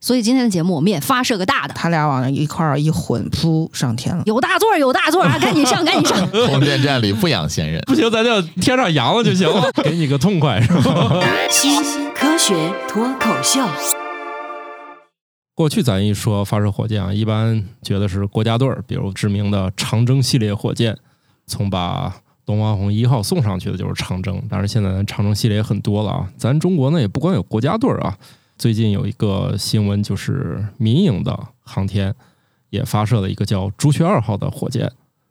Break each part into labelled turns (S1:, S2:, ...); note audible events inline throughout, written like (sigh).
S1: 所以今天的节目我们也发射个大的，
S2: 他俩往一块儿一混，噗上天了。
S1: 有大座儿有大座儿啊，赶紧上赶紧上。
S3: 通电站里不养闲人。 (laughs)
S4: 不行，咱就天上扬了就行了， (laughs) 给你个痛快是吧？
S5: 新科学脱口秀，
S4: 过去咱一说发射火箭啊，一般觉得是国家队儿，比如知名的长征系列火箭，从把东方红一号送上去的就是长征。但是现在长征系列也很多了啊，咱中国呢也不光有国家队儿啊，最近有一个新闻就是民营的航天也发射了一个叫朱雀二号的火箭，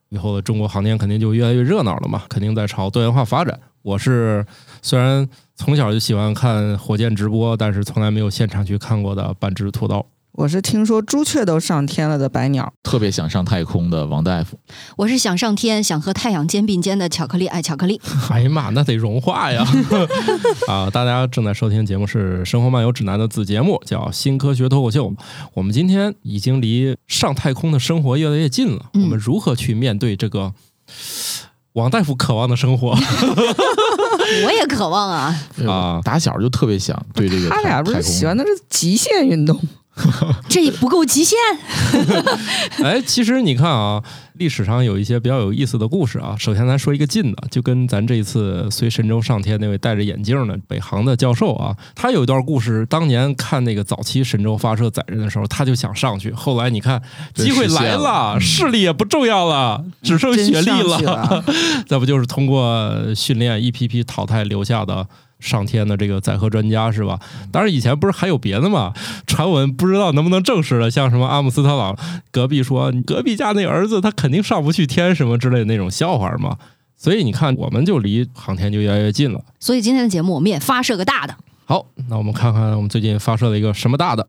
S4: 以后的中国航天肯定就越来越热闹了嘛，肯定在朝多元化发展。我是虽然从小就喜欢看火箭直播，但是从来没有现场去看过的半只土豆。
S2: 我是听说朱雀都上天了的白鸟，
S3: 特别想上太空的王大夫，
S1: 我是想上天，想和太阳肩并肩的巧克力爱巧克力。
S4: (laughs) 哎呀妈，那得融化呀！ (laughs) 啊，大家正在收听的节目是《生活漫游指南》的子节目，叫《新科学脱口秀》。我们今天已经离上太空的生活越来越近了，
S1: 嗯
S4: 我们如何去面对这个王大夫渴望的生活
S1: 我也渴望啊，
S4: 啊
S3: 打小就特别想对这个
S2: 他俩不
S3: 太
S2: 是
S3: 空
S2: 喜欢的是极限运动，
S1: 这不够极限。
S4: (laughs) 哎，其实你看啊，历史上有一些比较有意思的故事啊。首先，咱说一个近的，就跟咱这一次随神舟上天那位戴着眼镜的北航的教授啊，他有一段故事。当年看那个早期神舟发射载人的时候，他就想上去，后来你看
S3: 对
S4: 机会
S3: 实
S4: 来
S3: 现了
S4: 了，
S3: 嗯
S4: 视力也不重要了，只剩
S2: 真
S4: 学历
S2: 上去
S4: 了。
S2: 了。啊
S4: 再不就是通过训练一批批淘汰留下的上天的这个载荷专家是吧？当然以前不是还有别的嘛，传闻不知道能不能证实了，像什么阿姆斯特朗隔壁说隔壁家那儿子他肯定上不去天什么之类的那种笑话嘛。所以你看，我们就离航天就越来越近了。
S1: 所以今天的节目我们也发射个大的。
S4: 好，那我们看看我们最近发射了一个什么大的。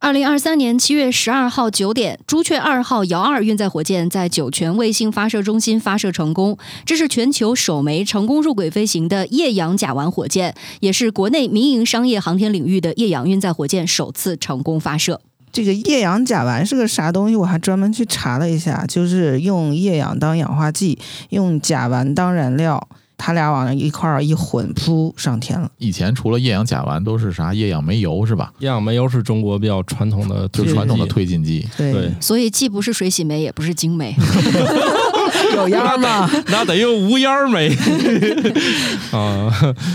S1: 二零二三年七月十二号九点，朱雀二号遥二运载火箭在酒泉卫星发射中心发射成功，这是全球首枚成功入轨飞行的液氧甲烷火箭，也是国内民营商业航天领域的液氧运载火箭首次成功发射。
S2: (laughs) 这个液氧甲烷是个啥东西？我还专门去查了一下，就是用液氧当氧化剂，用甲烷当燃料，他俩往一块儿一混，噗上天了。
S3: 以前除了液氧甲烷都是啥液氧煤油是吧？
S4: 液氧煤油是中国比较传统的
S3: 就
S4: 推进剂，
S3: 是传统的推进剂，
S2: 对，
S4: 对，
S1: 所以既不是水洗煤，也不是精煤。
S2: 有样儿吗？
S4: 那得用无烟儿煤 (laughs) 啊！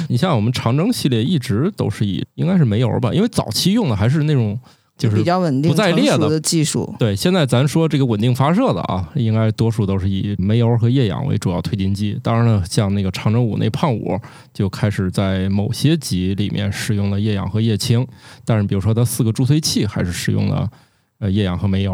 S4: 你像我们长征系列一直都是以应该是煤油吧，因为早期用的还是那种 (laughs) 就
S2: 比
S4: 是
S2: 较稳定、
S4: 不再裂的
S2: 成熟的技术。
S4: 对。现在咱说这个稳定发射的啊，应该多数都是以煤油和液氧为主要推进剂。当然了，像那个长征五那胖五就开始在某些级里面使用了液氧和液氢，但是比如说它四个助推器还是使用了呃液氧和煤油。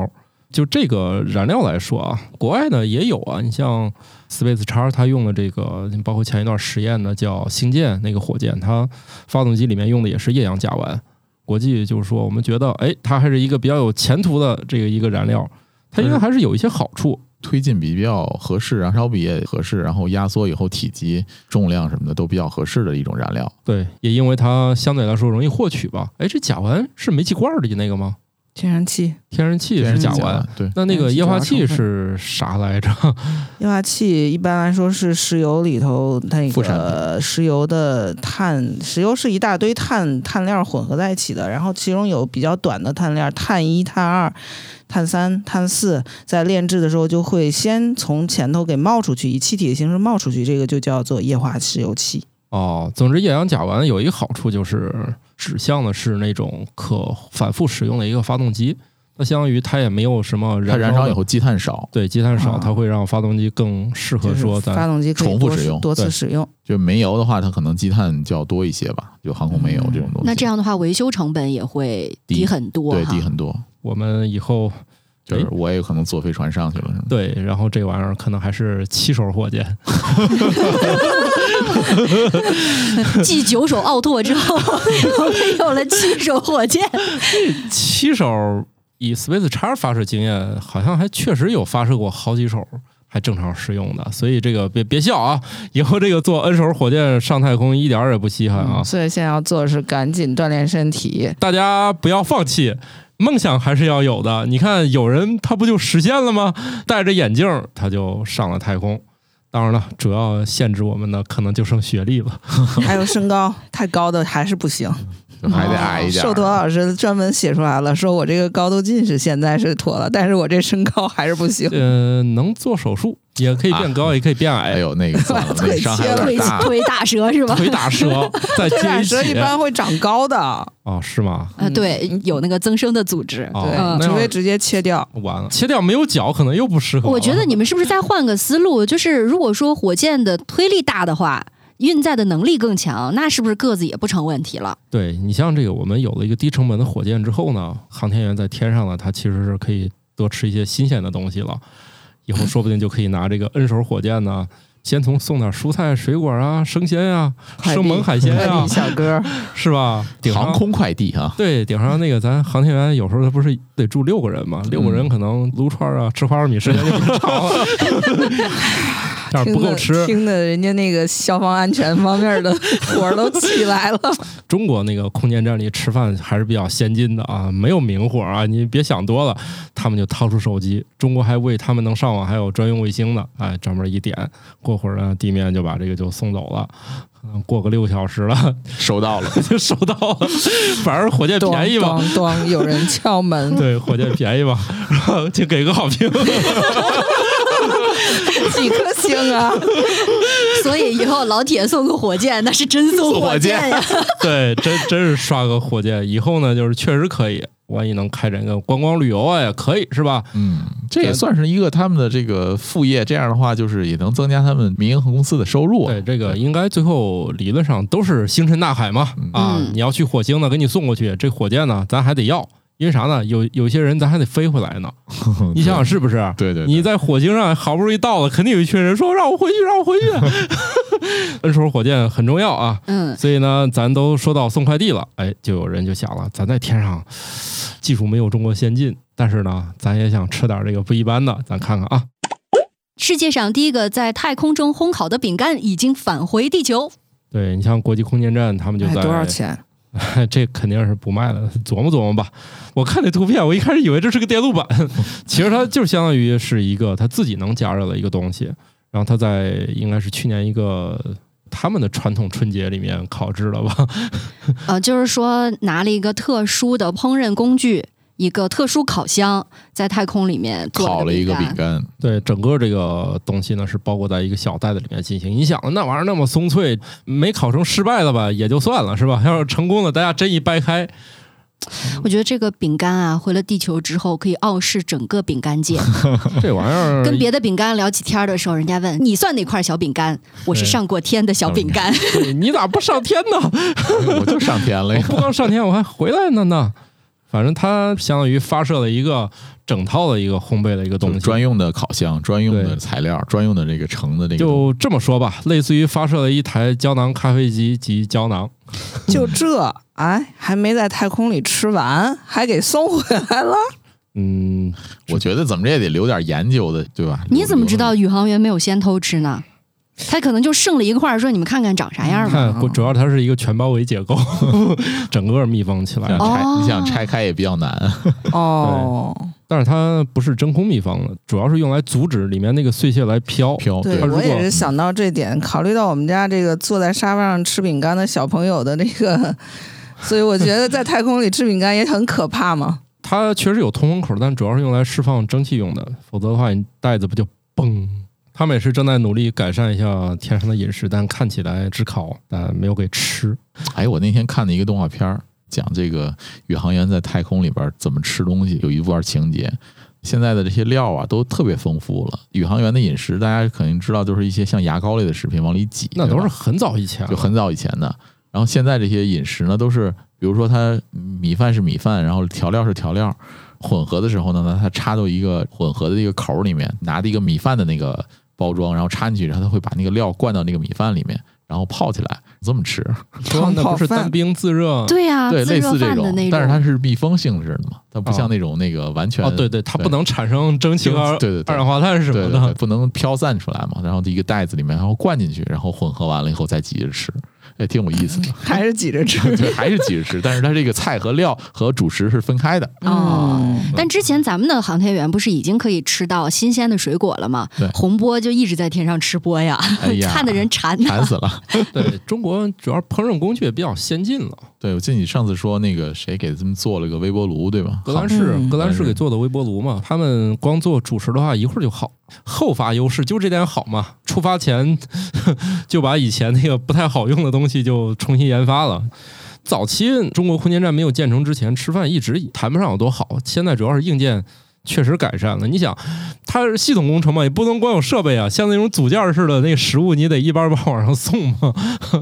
S4: 就这个燃料来说啊，国外呢也有啊，你像 Space X 它用的这个，包括前一段实验的叫星舰那个火箭，它发动机里面用的也是液氧甲烷。国际就是说，我们觉得哎，它还是一个比较有前途的这个一个燃料，它应该还是有一些好处。
S3: 推进比比较合适，燃烧比也合适，然后压缩以后体积、重量什么的都比较合适的一种燃料。
S4: 对，也因为它相对来说容易获取吧。哎，这甲烷是煤气罐里那个吗？
S2: 天然气、啊
S4: 天然气
S3: 天
S4: 是
S3: 然气
S4: 甲烷，，
S3: 对，
S4: 那那
S2: 天然
S4: 个
S2: 气
S4: 液化
S2: 主要成
S4: 气
S2: 分
S4: 是啥来着？ (laughs)
S2: 液化气一般来说是石油里头那
S3: 副产
S2: 个
S3: 品
S2: 石油的碳，石油是一大堆碳碳链混合在一起的，然后其中有比较短的碳链，碳一、碳二、碳三、碳四，在炼制的时候就会先从前头给冒出去，以气体的形式冒出去，这个就叫做液化石油气。
S4: 哦，总之，液氧甲烷有一个好处就是指向的是那种可反复使用的一个发动机，它相当于它也没有什么
S3: 它
S4: 燃
S3: 燃烧以后积碳少，
S4: 对积碳少，
S2: 啊
S4: 它会让发动机更适合
S2: 就是
S4: 说
S2: 发
S4: 咱
S2: 动机可以
S3: 重复
S2: 多
S3: 使用
S2: 多次
S4: 对
S2: 使用。
S3: 就煤油的话，它可能积碳就要多一些吧，就航空煤油这种东
S1: 嗯
S3: 西。
S1: 那这样的话，维修成本也会低
S3: 低
S1: 很多
S3: 对
S1: 哈。
S3: 低很多，
S4: 我们以后哎
S3: 就是我也有可能坐飞船上去了，是吗？
S4: 对，然后这玩意儿可能还是七手火箭，
S1: 继九手奥拓之后，我们有了七手火箭。
S4: 七手以 Space X 发射经验，好像还确实有发射过好几手。还正常使用的，所以这个别别笑啊！以后这个坐 N 手火箭上太空一点儿也不稀罕啊。
S2: 所以现在要做的是赶紧锻炼身
S3: (laughs)
S2: 体。
S4: 大家不要放弃，梦想还是要有的。你看，有人他不就实现了吗？戴着眼镜儿他就上了太空。当然了，主要限制我们的可能就剩学历了。
S2: 还有身高太高的还是不行。
S3: 就还
S1: 哦
S3: 得矮一点儿。
S2: 寿驼老师专门写出来了，说我这个高度近视现在是妥了，但是我这身高还是不行。 (laughs)
S4: 呃，能做手术，也可以变高，也可以变
S3: 哎
S4: 矮，
S3: 呦，那
S1: (laughs)
S3: 个算了，那个伤害有
S1: 腿
S3: 点大。
S1: 腿打折是吧？
S4: 腿打折，再
S2: 这
S4: 接
S2: 俩
S4: 一
S2: 蛇一
S4: 起
S2: 般会长高的，
S4: 哦，是吗？
S1: 啊，对，有那个增生的组织。
S4: 哦
S2: 对，
S1: 嗯
S4: 那
S2: 除非
S4: 样
S2: 直接切掉。
S4: 完了，切掉没有脚，可能又不适合了。
S1: 我觉得你们是不是再换个思路？就是如果说火箭的推力大的话，运载的能力更强，那是不是个子也不成问题
S4: (laughs)
S1: 了？
S4: 对你像这个，我们有了一个低成本的火箭之后呢，航天员在天上呢，他其实是可以多吃一些新鲜的东西了。以后说不定就可以拿这个 N 手火箭呢，先从送点蔬菜、水果啊、生鲜啊、
S2: 快递
S4: 生猛海鲜
S2: 快
S4: 啊
S2: 递，小哥，
S4: 是吧？顶上
S3: 航空快递啊，
S4: 对顶上那个咱航天员有时候他不是得住六个人嘛，六个人可能撸串啊、吃花生米时间就很长了，
S1: (laughs)
S4: 但是不够吃。
S2: 听的人家那个消防安全方面的 (laughs) 火儿都起来了。
S4: 中国那个空间站里吃饭还是比较先进的啊，没有明火啊，你别想多了。他们就掏出手机，中国还为他们能上网还有专用卫星呢，哎，专门一点，过会儿呢地面就把这个就送走了。 (laughs) 可能过个六个小时了 (laughs)
S3: 收到了。
S4: 就收到了，反正火箭便宜
S2: (laughs)
S4: 吧，
S2: 咣咣，有人敲门，
S4: 对，火箭便宜吧，然后 (laughs) 就给个好评。 (laughs)
S2: 几颗星啊？
S1: 所以以后老铁送个火箭，那是真送火箭呀！
S4: 对，真真是刷个火箭，以后呢就是确实可以，万一能开展个观光旅游啊，也可以是吧？
S3: 嗯，这也算是一个他们的这个副业。这样的话，就是也能增加他们民营航空公司的收入啊。
S4: 对，这个应该最后理论上都是星辰大海嘛，啊
S1: 嗯，
S4: 你要去火星呢，给你送过去，这火箭呢，咱还得要，因为啥呢？有有些人咱还得飞回来呢，你想想是不是？
S3: 嗯对对对
S4: 你在火星上好不容易到了，肯定有一群人说让我回去，让我回
S3: (laughs)
S4: 去。恩手火箭很重要啊，
S1: 嗯，
S4: 所以呢，咱都说到送快递了，哎，就有人就想了，咱在天上技术没有中国先进，但是呢，咱也想吃点这个不一般的，咱看看啊，
S1: 世界上第一个在太空中烘烤的饼干已经返回地球。
S4: 对你像国际空间站，他们就
S2: 哎
S4: 在
S2: 多少钱？
S4: (laughs) 这肯定是不卖的，琢磨琢磨吧。我看这图片，我一开始以为这是个电路板， (laughs) 其实它就相当于是一个它自己能加热的一个东西。然后它在应该是去年一个他们的传统春节里面烤制了吧？ (laughs)
S1: 呃，就是说拿了一个特殊的烹饪工具，一个特殊烤箱，在太空里面做
S3: 烤了一个饼干，
S4: 对，整个这个东西呢是包裹在一个小袋子里面进行。你想那玩意儿那么松脆，没烤成失败了吧也就算了，是吧？ (laughs) 要是成功了，大家真一掰开， (laughs)
S1: 我觉得这个饼干啊，回了地球之后可以傲视整个饼干
S3: (laughs)
S1: 界。
S4: 这玩意儿
S1: 跟别的饼干聊起天儿的时候，人家问你算哪块小饼干？我是
S4: 对
S1: 上过天的小饼干。
S4: 对你咋不上天呢？
S3: 嗯我就上天了
S4: 我 (laughs)
S3: 呀。
S4: 不光上天，我还回来了呢。反正它相当于发射了一个整套的一个烘焙的一个
S3: 就
S4: 东
S3: 是
S4: 西。
S3: 专用的烤箱、专用的
S4: 对
S3: 材料、专用的这个盛的这个东西，
S4: 就这么说吧，类似于发射了一台胶囊咖啡机及胶囊。
S2: (laughs) 就这，哎，还没在太空里吃完，还给送回来了。
S4: 嗯，
S3: 我觉得怎么着也得留点研究的，对吧？
S1: 你怎么知道
S3: 留
S1: 宇航员没有先偷吃呢？他可能就剩了一块儿，说你们看看长啥样吧。
S4: 看主要它是一个全包围结构， (laughs) 整个密封起来
S3: 留
S4: 的
S3: 着。拆？
S1: 哦
S3: 你想拆开也比较难。
S2: 哦，
S4: 但是它不是真空密封的，主要是用来阻止里面那个碎屑来飘。
S3: 飘
S2: 对
S4: 他如
S2: 我也
S4: 果
S2: 是想到这点，考虑到我们家这个坐在沙发上吃饼干的小朋友的这个， (laughs) 所以我觉得在太空里吃饼干也很可怕嘛。
S4: 它确实有通风口，但主要是用来释放蒸汽用的，否则的话，你袋子不就嘣？他们也是正在努力改善一下天上的饮食，但看起来只烤，但没有给吃。
S3: 哎，我那天看的一个动画片儿，讲这个宇航员在太空里边儿怎么吃东西，有一段情节。现在的这些料啊，都特别丰富了。宇航员的饮食，大家肯定知道，就是一些像牙膏类的食品往里挤，
S4: 那
S3: 对
S4: 都
S3: 吧
S4: 是很早以前
S3: 就
S4: 了，
S3: 很早以前的。然后现在这些饮食呢，都是比如说它米饭是米饭，然后调料是调料，混合的时候呢，它插到一个混合的一个口儿里面，拿的一个米饭的那个包装，然后插进去，然后它会把那个料灌到那个米饭里面，然后泡起来，这么吃。
S4: 说那不是单冰自热。
S1: 对呀、
S3: 嗯对，
S1: 啊自
S3: 类
S1: 热
S3: 似这
S1: 饭的那
S3: 但是它是密封性质的嘛，它不像那种那个完全
S4: 哦，对对，它不能产生蒸汽和二
S3: 对对对
S4: 二氧化碳什
S3: 对
S4: 么
S3: 对对
S4: (laughs) 的。
S3: 不能飘散出来嘛。然后一个袋子里面，然后灌进去，然后混合完了以后再挤着吃，也挺有意思的。
S1: (laughs)
S2: 还是挤着吃。
S3: 对，还是挤着吃，但是它这个菜和料和主食是分开的。
S2: 嗯
S1: 哦，
S3: 嗯
S1: 但之前咱们的航天员不是已经可以吃到新鲜的水果了吗
S3: 对？
S1: 红波就一直在天上吃波呀，
S3: 哎呀，
S1: 看的人馋呐。
S4: (laughs)
S3: 馋死了。
S4: 对中国主要烹饪工具也比较先进了，
S3: 对，我记得你上次说那个谁给他们做了个微波炉，对吧？
S4: 格兰
S3: 好
S4: 仕
S2: 嗯，
S3: 格
S4: 格兰仕
S3: 兰仕
S4: 给做的微波炉嘛，他们光做主食的话，一会儿就好。后发优势就这点好嘛，出发前 (laughs) 就把以前那个不太好用的东西就重新研发了。早期中国空间站没有建成之前，吃饭一直谈不上有多好，现在主要是硬件。确实改善了。你想，它是系统工程嘛，也不能光有设备啊。像那种组件儿似的那个食物，你得一包包往上送嘛， (laughs)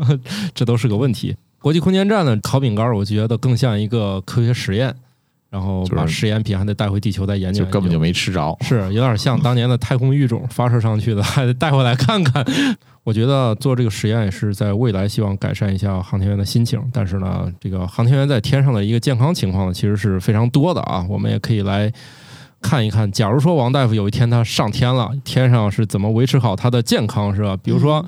S4: 这都是个问题。国际空间站呢，烤饼干儿我觉得更像一个科学实验，然后
S3: 就是
S4: 把实验品还得带回地球再研究
S3: 就
S4: 研究，
S3: 根本就没吃着。
S4: 是有点像当年的太空育种发射上去的， (laughs) 还得带回来看看。我觉得做这个实验也是在未来希望改善一下航天员的心情，但是呢，这个航天员在天上的一个健康情况呢，其实是非常多的啊。我们也可以来看一看，假如说王大夫有一天他上天了，天上是怎么维持好他的健康，是吧？比如
S1: 嗯
S4: 说，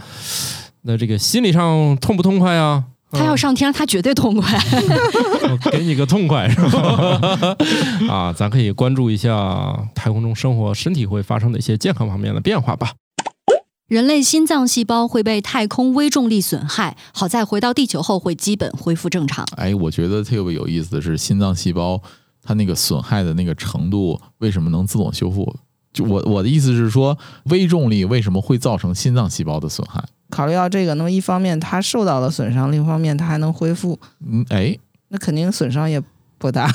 S4: 那这个心理上痛不痛快啊？
S3: 嗯
S1: 他要上天，他绝对痛快。 (laughs)
S4: 我 (laughs) 给你个痛快是
S3: (laughs)
S4: 吧？啊，咱可以关注一下太空中生活身体会发生的一些健康方面的变化吧。
S1: 人类心脏细胞会被太空微重力损害，好在回到地球后会基本恢复正常。
S3: 哎，我觉得特别有意思的是，心脏细胞它那个损害的那个程度，为什么能自我修复？就我我的意思是说，微重力为什么会造成心脏细胞的损害？
S2: 考虑到这个，那么一方面它受到了损伤，另一方面它还能恢复，
S3: 嗯，哎，
S2: 那肯定损伤也不大。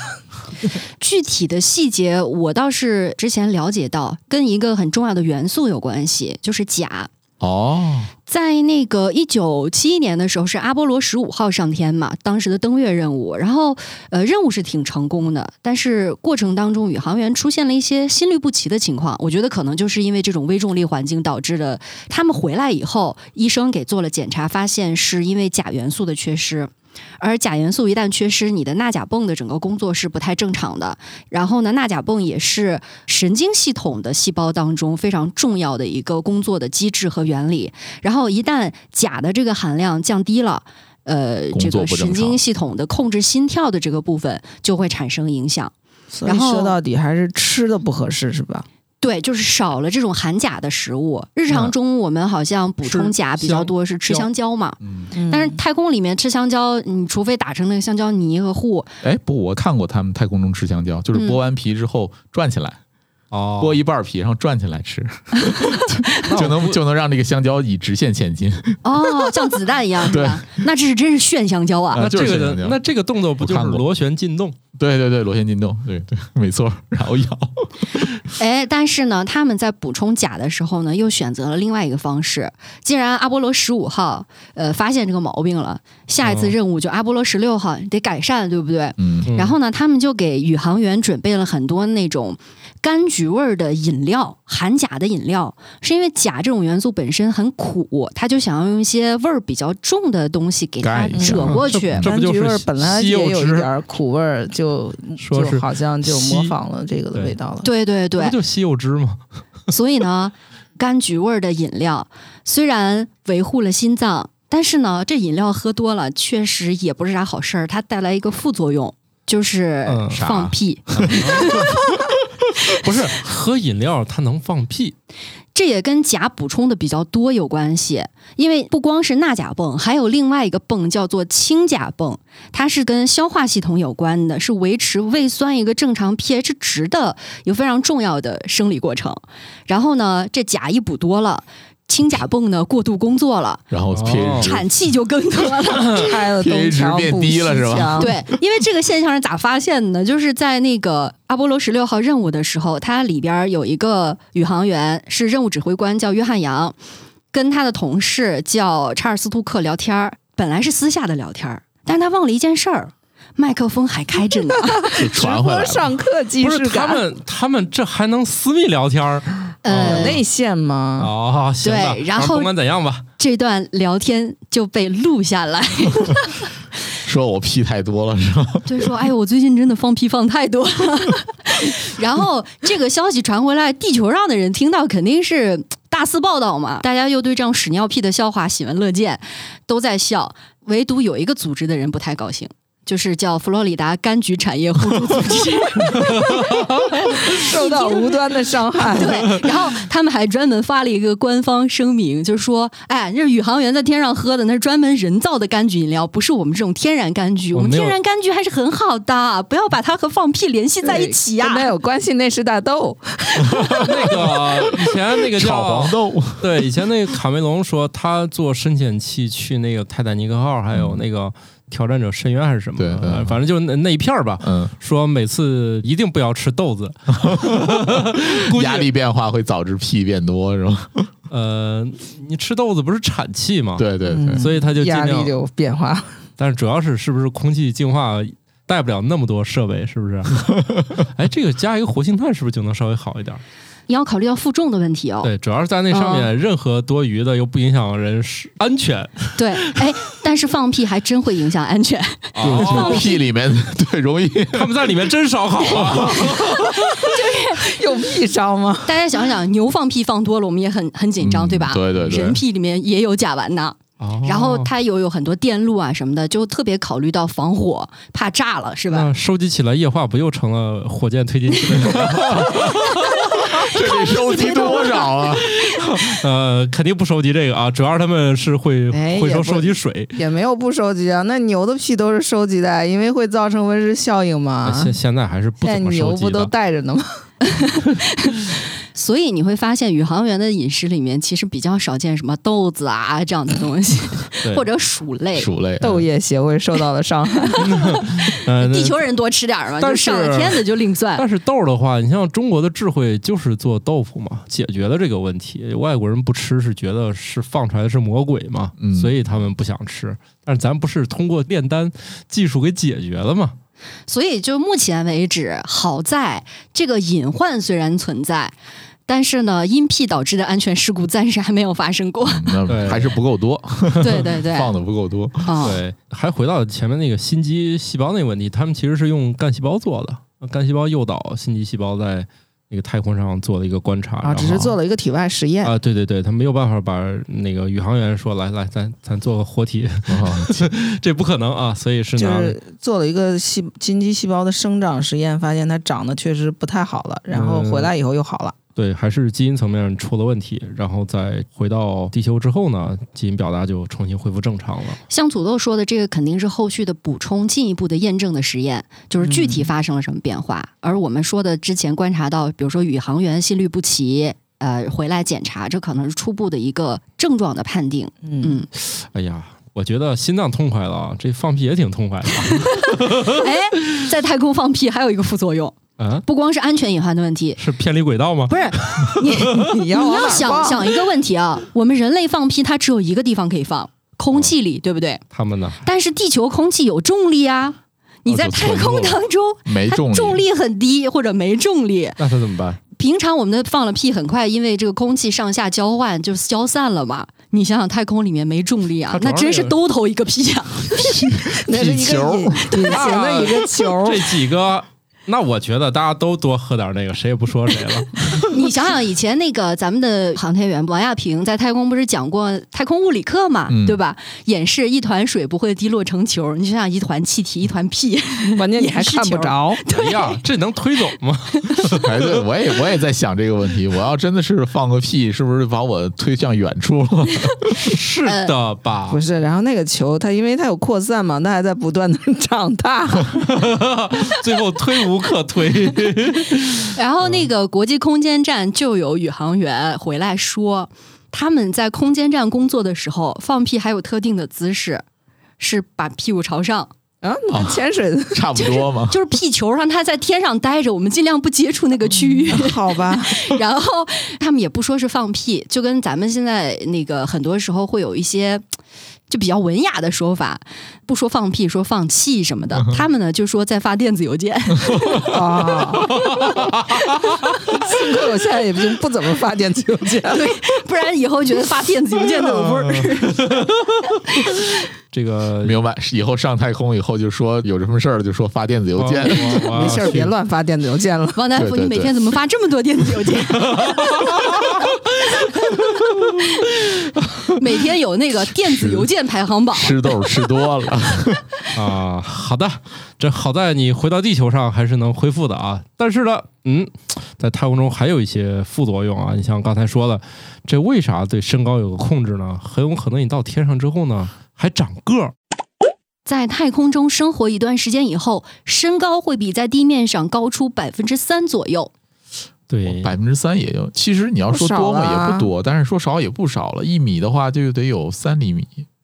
S1: 具体的细节，我倒是之前了解到，跟一个很重要的元素有关系，就是钾。
S3: 哦，
S1: 在那个一九七一年的时候，是阿波罗十五号上天嘛，当时的登月任务。然后，呃，任务是挺成功的，但是过程当中宇航员出现了一些心律不齐的情况。我觉得可能就是因为这种微重力环境导致的。他们回来以后，医生给做了检查，发现是因为钾元素的缺失。而钾元素一旦缺失，你的钠钾泵的整个工作是不太正常的。然后呢，钠钾泵也是神经系统的细胞当中非常重要的一个工作的机制和原理。然后一旦钾的这个含量降低了，呃，
S3: 工
S1: 这
S3: 作
S1: 个
S3: 不正
S1: 神
S3: 常
S1: 经系统的控制心跳的这个部分就会产生影响。
S2: 所以
S1: 然后
S2: 说到底还是吃的不合适，是吧？
S1: 对，就是少了这种含钾的食物。日
S3: 嗯
S1: 常中我们好像补
S4: 吃
S1: 充钾比较
S4: 香
S1: 多是吃
S4: 蕉
S1: 香蕉嘛，
S3: 嗯，
S1: 但是太空里面吃香蕉，你除非打成那个香蕉泥和糊，
S3: 哎，不，我看过他们太空中吃香蕉，就是剥完皮之后转起来，
S4: 哦
S3: 剥一半皮，然后转起来吃，就能就能让这个香蕉以直线前进。
S1: 哦， (laughs) 像子弹一样是
S3: 对
S1: 吧？那这是真是炫香蕉啊！
S4: 那这
S3: 呃就是
S4: 个
S3: 这
S4: 的
S3: 样
S4: 那这个动作不就
S3: 我
S4: 是
S3: 看过
S4: 螺旋进动？
S3: 对对对，螺旋进动，对对，没错。然后咬，
S1: 哎，但是呢，他们在补充钾的时候呢，又选择了另外一个方式。既然阿波罗十五号呃发现这个毛病了，下一次
S4: 哦
S1: 任务就阿波罗十六号你得改善，对不对？
S3: 嗯，
S1: 然后呢，他们就给宇航员准备了很多那种柑橘味儿的饮料，含钾的饮料，是因为钾这种元素本身很苦，他就想要用一些味儿比较重的东西给它
S3: 盖一下
S1: 遮过去。
S4: 这不
S2: 柑
S4: 就是
S2: 橘味儿本来
S4: 西柚
S2: 也有
S4: 汁
S2: 一点儿苦味儿，就
S4: 说是
S2: 就好像就模
S4: 西
S2: 仿了这个的味道了。
S1: 对对对
S4: 不，就西柚汁
S2: (laughs)
S4: 吗？
S1: 所以呢，柑橘味儿的饮料虽然维护了心脏，但是呢，这饮料喝多了确实也不是啥好事儿，它带来一个副作用，就是
S4: 嗯
S3: 啥
S1: 放屁。
S4: 不是，喝饮料它能放屁，
S1: 这也跟钾补充的比较多有关系，因为不光是钠钾泵，还有另外一个泵叫做氢钾泵，它是跟消化系统有关的，是维持胃酸一个正常 pH 值的一个非常重要的生理过程。然后呢，这钾一补多了，氢钾泵呢过度工作了。
S3: 然后
S4: 哦
S3: pH 值
S1: 产气就更多了。
S2: 开了东
S3: pH 值
S2: 墙
S3: 变
S2: 补
S3: 低
S2: 西
S3: 了是吧
S2: 墙，
S1: 对，因为这个现象是咋发现的呢？就是在那个阿波罗十六号任务的时候，它里边有一个宇航员是任务指挥官，叫约翰杨，跟他的同事叫查尔斯·杜克聊天儿，本来是私下的聊天儿，但是他忘了一件事儿，麦克风还开着呢。
S3: 就传回来
S2: 直播
S3: 了。
S2: 上课即
S4: 不
S2: 视
S4: 是他
S2: 感，
S4: 们他们这还能私密聊天儿
S1: (laughs)
S2: 有
S1: 呃，
S2: 内线
S3: 嗯
S2: 吗？
S4: 哦，行吧
S1: 对然后
S4: 不管怎
S2: (laughs)
S4: 样吧， (laughs)
S1: 这段聊天就被录下来，
S3: 说我屁太多了是吧？
S1: 就说：“哎，我最近真的放屁放太多
S4: (laughs)
S1: 了。”然后这个消息传回来，地球上的人听到肯定是大肆报道嘛，大家又对这种屎尿屁的笑话喜闻乐见，都在笑。唯独有一个组织的人不太高兴，就是叫佛罗里达柑橘产业互助组
S4: (laughs)
S1: 织。
S2: 受到无端的伤
S4: (laughs)
S2: 害。
S1: 对，然后他们还专门发了一个官方声明，就是说，哎，那是宇航员在天上喝的，那是专门人造的柑橘饮料，不是我们这种天然柑橘。
S4: 我
S1: 我们
S4: 没有
S1: 天然柑橘还是很好的，不要把它和放屁联系在一起呀、
S2: 没有关系，那是大 (laughs) 豆。
S4: 那个以前那个
S3: 炒
S4: 叫
S3: 黄豆，
S4: 对，以前那个卡梅隆说他坐深潜器去那个泰坦尼克号，还有那个挑战者深渊还是什么的，
S3: 嗯对对
S4: 反正就那那一片儿吧。
S3: 嗯，
S4: 说每次一定不要吃
S3: (laughs)
S4: 豆子，估计
S3: 压力变化会导致屁变多，是吧？
S4: 呃，你吃豆子不是产气吗？，
S3: 对对对
S2: 嗯，
S4: 所以他就尽
S2: 压力
S4: 量，
S2: 就变化。 (laughs)
S4: 但是主要是是不是空气净化带不了那么多设备，是
S3: (laughs)
S4: 不是？哎，这个加一个活性炭是不是就能稍微好一点？
S1: 你要考虑到负重的问题哦。
S4: 对，主要是在那上
S2: 啊
S4: 面任何多余的又不影响人是安全，
S1: 对，哎，但是放屁还真会影响安全。
S3: (laughs) 就是就是屁里面 (laughs) 对容易
S4: 他们在里面真
S3: (laughs)
S4: 烧烤啊！
S2: 有屁烧吗？
S1: 大家想想，牛放屁放多了，我们也很很紧张，
S3: 嗯
S1: 对吧？
S3: 对对对
S1: 人屁里面也有甲烷呐，
S4: 哦
S1: 然后它有有很多电路啊什么的，就特别考虑到防火，怕炸了，是
S3: 嗯
S1: 吧？
S4: 那收集起来液化不又成了火箭推进器的？ (laughs)
S3: 这得收集多少啊？
S4: 呃，肯定不收集这个啊，主要是他们是会
S2: 哎
S4: 回
S2: 也
S4: 收
S2: 不
S4: 收集水。
S2: 也没有不收集啊，那牛的屁都是收集的，因为会造成温室效应
S1: 啊
S2: 嘛。
S4: 呃现现在还是不
S2: 现在
S4: 怎么收
S2: 牛
S4: 集
S2: 不都
S4: 的。
S2: 带着呢
S4: (laughs)
S2: 吗？
S1: 所以你会发现，宇航员的饮食里面其实比较少见什么豆子啊这样的东西，
S4: 对
S1: 或者薯类。
S3: 鼠类，啊
S4: 嗯
S2: 豆业协会受到了伤
S4: (laughs)
S2: 害。
S4: 呃，那
S1: 地球人多吃点儿嘛，
S4: 但
S1: 就是上了天的就另算。
S4: 但是豆儿的话，你像中国的智慧就是做豆腐嘛，解决了这个问题。外国人不吃是觉得是放出来的是魔鬼嘛，
S3: 嗯
S4: 所以他们不想吃。但是咱不是通过炼丹技术给解决了吗？
S1: 所以就目前为止，好在这个隐患虽然存在，但是呢，因屁导致的安全事故暂时还没有发生过。
S3: 那
S4: 对
S3: 还是不够多，
S1: 对对对，
S3: 放的不够多。 (laughs)
S1: 啊、
S4: 对，还回到前面那个心肌细胞那个问题，他们其实是用干细胞做的，干细胞诱导心肌细胞在那个太空上做了一个观察，
S2: 啊，只是做了一个体外实验。
S4: 啊，对对对，他没有办法把那个宇航员说来来，咱咱做个活体， (laughs) 这不可能啊，所以是
S2: 就
S4: 拿
S2: 是做了一个细金鸡细胞的生长实验，发现它长得确实不太好了，然后回来以后又好了。
S4: 对，还是基因层面出了问题，然后再回到地球之后呢，基因表达就重新恢复正常了。
S1: 像土豆说的，这个肯定是后续的补充、进一步的验证的实验，就是具体发生了什么变化。而我们说的之前观察到，比如说宇航员心律不齐，呃，回来检查，这可能是初步的一个症状的判定。
S2: 嗯，
S1: 嗯，
S4: 哎呀，我觉得心脏痛快了啊，这放屁也挺痛快的 (laughs)
S1: 哎，在太空放屁还有一个副作用，
S4: 啊，
S1: 不光是安全隐患的问题，
S4: 是偏离轨道吗？
S1: 不是你
S2: (laughs) 你要
S1: 你
S2: 往
S1: 要
S2: 哪
S1: 想
S2: 放？
S1: 想一个问题
S3: (laughs)
S1: 啊，我们人类放屁它只有一个地方可以放，空气里，对不对？
S4: 他们呢？
S1: 但是地球空气有重力啊，你在
S3: 嗯哦就
S1: 太
S3: 存
S1: 空
S3: 住了
S1: 当中，
S3: 没
S1: 它
S3: 重
S1: 重
S3: 力，
S1: 力很低或者没重力。
S4: 那他怎么办？
S1: 平常我们的放了屁，很快因为这个空气上下交换就消散了嘛。你想想，太空里面没重力啊
S4: 它，主
S1: 那
S4: 要是
S1: 真是兜头一个屁啊
S3: (laughs)
S1: 呀、
S2: 那是一
S3: 气
S2: 个
S3: 球
S2: 隐隐形的一个球。
S4: (laughs) 这几个，那我觉得大家都多喝点那个，谁也不说谁
S2: (laughs)
S4: 了。
S1: 你想想，以前那个咱们的航天员王亚平在太空不是讲过太空物理课嘛，
S3: 嗯
S1: 对吧？演示一团水不会滴落成球，你就像一团气体，一团屁。
S2: (laughs) 关键你还看不着，
S4: 哎呀，这能推走吗？
S3: 哎，对，我也我也在想这个问题。我要真的是放个屁，是不是把我推向远处了？ (laughs)
S4: 是
S2: 嗯
S4: 的吧
S2: (laughs) 不？是。然后那个球，它因为它有扩散嘛，它还在不断的 (laughs) 长大。啊
S4: 最后推无可推。 (laughs)
S1: 然后那个国际空间站就有宇航员回来说，他们在空间站工作的时候放屁还有特定的姿势，是把屁股朝上。
S2: 啊，你
S3: 哦
S2: 看潜水的
S3: 差不多嘛。
S1: 就是屁球，让它在天上待着，我们尽量不接触那个区域。
S2: 好吧？
S1: 然后他们也不说是放屁，就跟咱们现在那个很多时候会有一些就比较文雅的说法，不说放屁，说放气什么的。他们呢就说在发电子邮件，
S2: 啊，幸亏我现在也不不怎么发电子邮件了。
S1: 对，不然以后觉得发电子邮件都有味儿。
S4: 这个
S3: 明白，是以后上太空以后就说有什么事儿就说发电子邮件，
S4: 哦
S2: 没事儿，别。乱发电子邮件了。
S1: 王大夫，
S3: 对对
S1: 你每天怎么发这么多电子邮
S3: (laughs)
S1: 件？每天有那个电子邮件排行榜，
S3: (laughs) 吃豆吃多了，
S4: 啊，好的，这好在你回到地球上还是能恢复的啊。但是呢，嗯，在太空中还有一些副作用啊。你像刚才说的，这为啥对身高有个控制呢？很有可能你到天上之后呢，还长个儿。
S1: 在太空中生活一段时间以后，身高会比在地面上高出百分之三左右。
S4: 对，
S3: 哦百分之三也就。其实你要说多
S1: 啊
S3: 嘛也不多，但是说少也不少了。一米的话就得有三厘米，